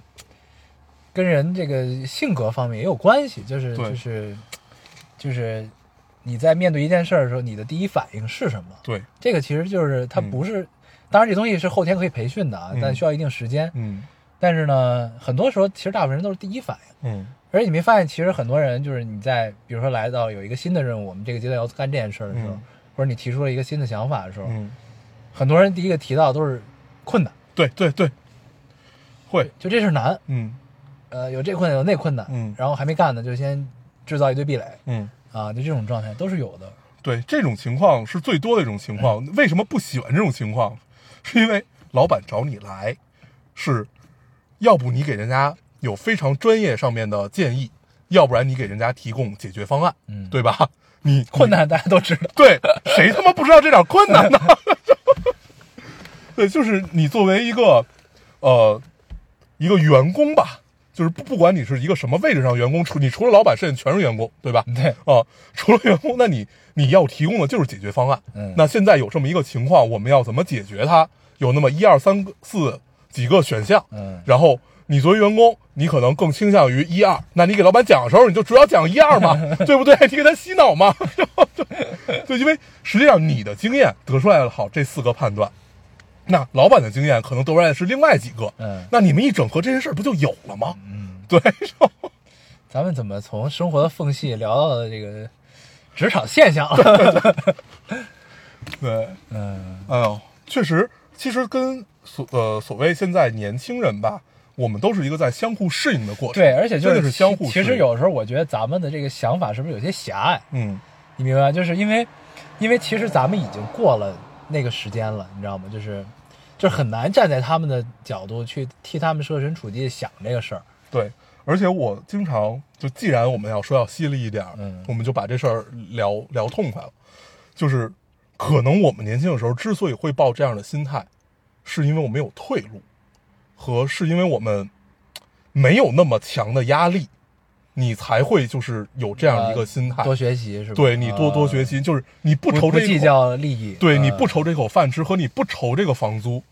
跟人这个性格方面也有关系，就是
对
就是就是你在面对一件事儿的时候，你的第一反应是什么？
对，
这个其实就是它
嗯
不是，当然这东西是后天可以培训的啊，
嗯
但需要一定时间。
嗯
但是呢，很多时候其实大部分人都是第一反应，
嗯
而且你没发现，其实很多人就是你在比如说来到有一个新的任务，我们这个阶段要干这件事儿的时候，
嗯
或者你提出了一个新的想法的时候，
嗯，
很多人第一个提到都是困难，
对对对，会，
就这事儿难，
嗯
呃，有这困难有那困难，
嗯
然后还没干呢，就先制造一堆壁垒
嗯。
啊，就这种状态都是有的。
对，这种情况是最多的一种情况。为什么不喜欢这种情况？是因为老板找你来，是要不你给人家有非常专业上面的建议，要不然你给人家提供解决方案，
嗯
对吧？你
困难大家都知道，
*laughs* 对，谁他妈不知道这点困难呢？对，就是你作为一个呃一个员工吧，就是不不管你是一个什么位置上的员工，除你除了老板，剩下全是员工，对吧？
对，
啊，除了员工，那你你要提供的就是解决方案。
嗯
那现在有这么一个情况，我们要怎么解决它？有那么一二三四几个选项，
嗯
然后你作为员工，你可能更倾向于一二，那你给老板讲的时候，你就主要讲
*laughs*
一二嘛，对不对？你给他洗脑嘛，就 *laughs* 就因为实际上你的经验得出来了好这四个判断，那老板的经验可能得出来的是另外几个，
嗯
那你们一整合这件事儿不就有了吗？
嗯，
对，
*laughs* 咱们怎么从生活的缝隙聊到了这个职场现 *laughs* 象了？
对。
嗯
哎呦，确实，其实跟所呃所谓现在年轻人吧，我们都是一个在相互适应的过程。
对，而且就
真的是
其
相互适
其
应。
实，有时候我觉得咱们的这个想法是不是有些狭隘？
嗯
你明白吗？就是因为，因为其实咱们已经过了那个时间了，你知道吗？就是，就是很难站在他们的角度去替他们设身处地地想这个事儿。
对，而且我经常就，既然我们要说要犀利一点儿，
嗯
我们就把这事儿聊聊痛快了。就是，可能我们年轻的时候之所以会抱这样的心态，是因为我们有退路，和是因为我们没有那么强的压力，你才会就是有这样一个心态。
呃啊多学习是吧？
对你多多
习。
学习，就是你不
不
愁这一口
计较利益，
对
嗯
你不，愁这口饭吃和你不愁这个房租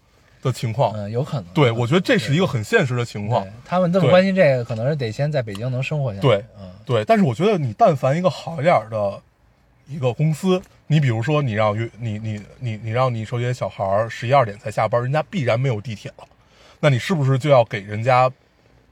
的情况，
嗯，有嗯可能，
对我觉得这是一个很现实的情况
对。他们这么
对
关心这个，可能是得先在北京能生活下来，
对
嗯，
对，但是我觉得你但凡一个好一点儿的一个公司，你比如说你让约你你你你让你手底下小孩十一二点才下班，人家必然没有地铁了，那你是不是就要给人家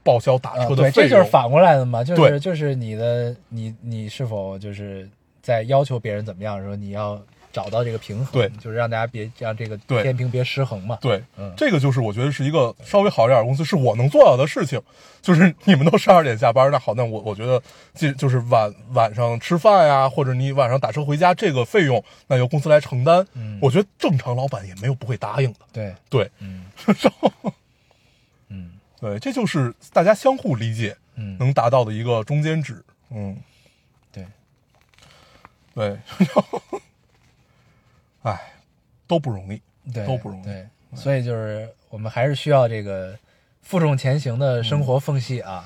报销打
啊
车的
对，
费
这就
用。
是反过来的嘛，就
对
是就是你的你你是否就是在要求别人怎么样的时候，你要找到这个平衡，
对
就是让大家别让这个
对
天平别失衡嘛。
对，
嗯
这个就是我觉得是一个稍微好一点的公司，是我能做到的事情。就是你们都十二点下班，那好，那我我觉得这就是晚晚上吃饭呀，或者你晚上打车回家这个费用，那由公司来承担。
嗯
我觉得正常老板也没有不会答应的。
对，
对，
嗯 *laughs* 嗯
对，这就是大家相互理解
嗯，
能达到的一个中间值。嗯，
对，
对， *laughs* 哎，都不容易。
对，
都不容易嗯
对，所以就是我们还是需要这个负重前行的生活缝隙
嗯
啊。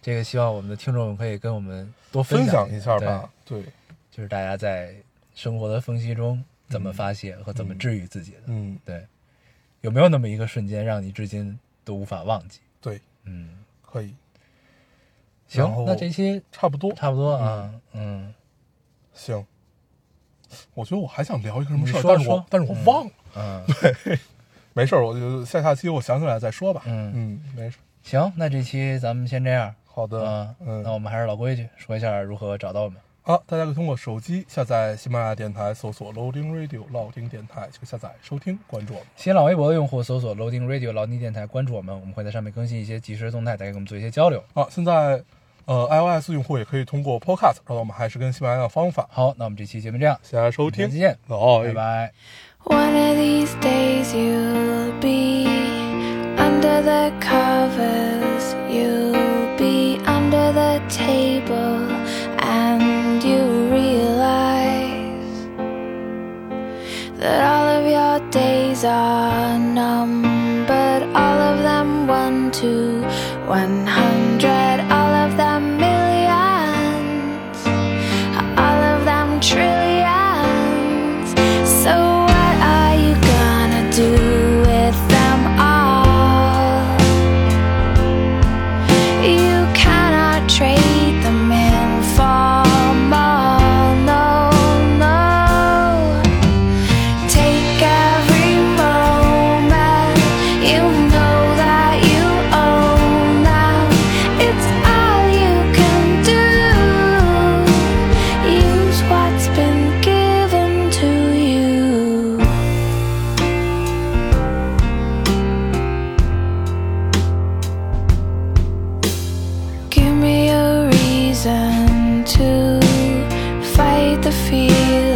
这个希望我们的听众可以跟我们多
分
享
享一下
对
吧，对，
就是大家在生活的缝隙中怎么发泄和怎么治愈自己的。
嗯，
对，有没有那么一个瞬间让你至今都无法忘记？
对，
嗯，
可以，
行
然后，
那这期
差不多，
差不多啊，嗯，
行。我觉得我还想聊一个什么事儿，
你说
但是我
说
但是我忘了，
嗯，
没事儿，我就下下期我想起来再说吧。
嗯
嗯，没事儿，
行，那这期咱们先这样，
好的
啊，，
嗯
那我们还是老规矩，说一下如何找到我们。
好，大家可以通过手机下载喜马拉雅电台，搜索 Loading Radio 老丁电台，就可以下载收听关注我们。
新浪微博的用户搜索 Loading Radio 劳尼电台，关注我们，我们会在上面更新一些即时动态，大家跟我们做一些交流。
啊，现在呃 iOS 用户也可以通过 Podcast 找到我们，还是跟喜马拉雅的方法。
好，那我们这期节目这样，
谢谢大家收
下
听，
期见，
哦，
拜拜。
One of these days you'll be under the covers, you'll be under the table, and you realize that all of your days are numbered, all of them one to one hundred, all of them millions all of them trillions. So what are you gonna do with them all? You cannot trade them in for more. No, no. Take every moment. You know that you own them. It's all you can do. Use what's been given to you. Give me a reason to fight the feeling. Oh, Ah,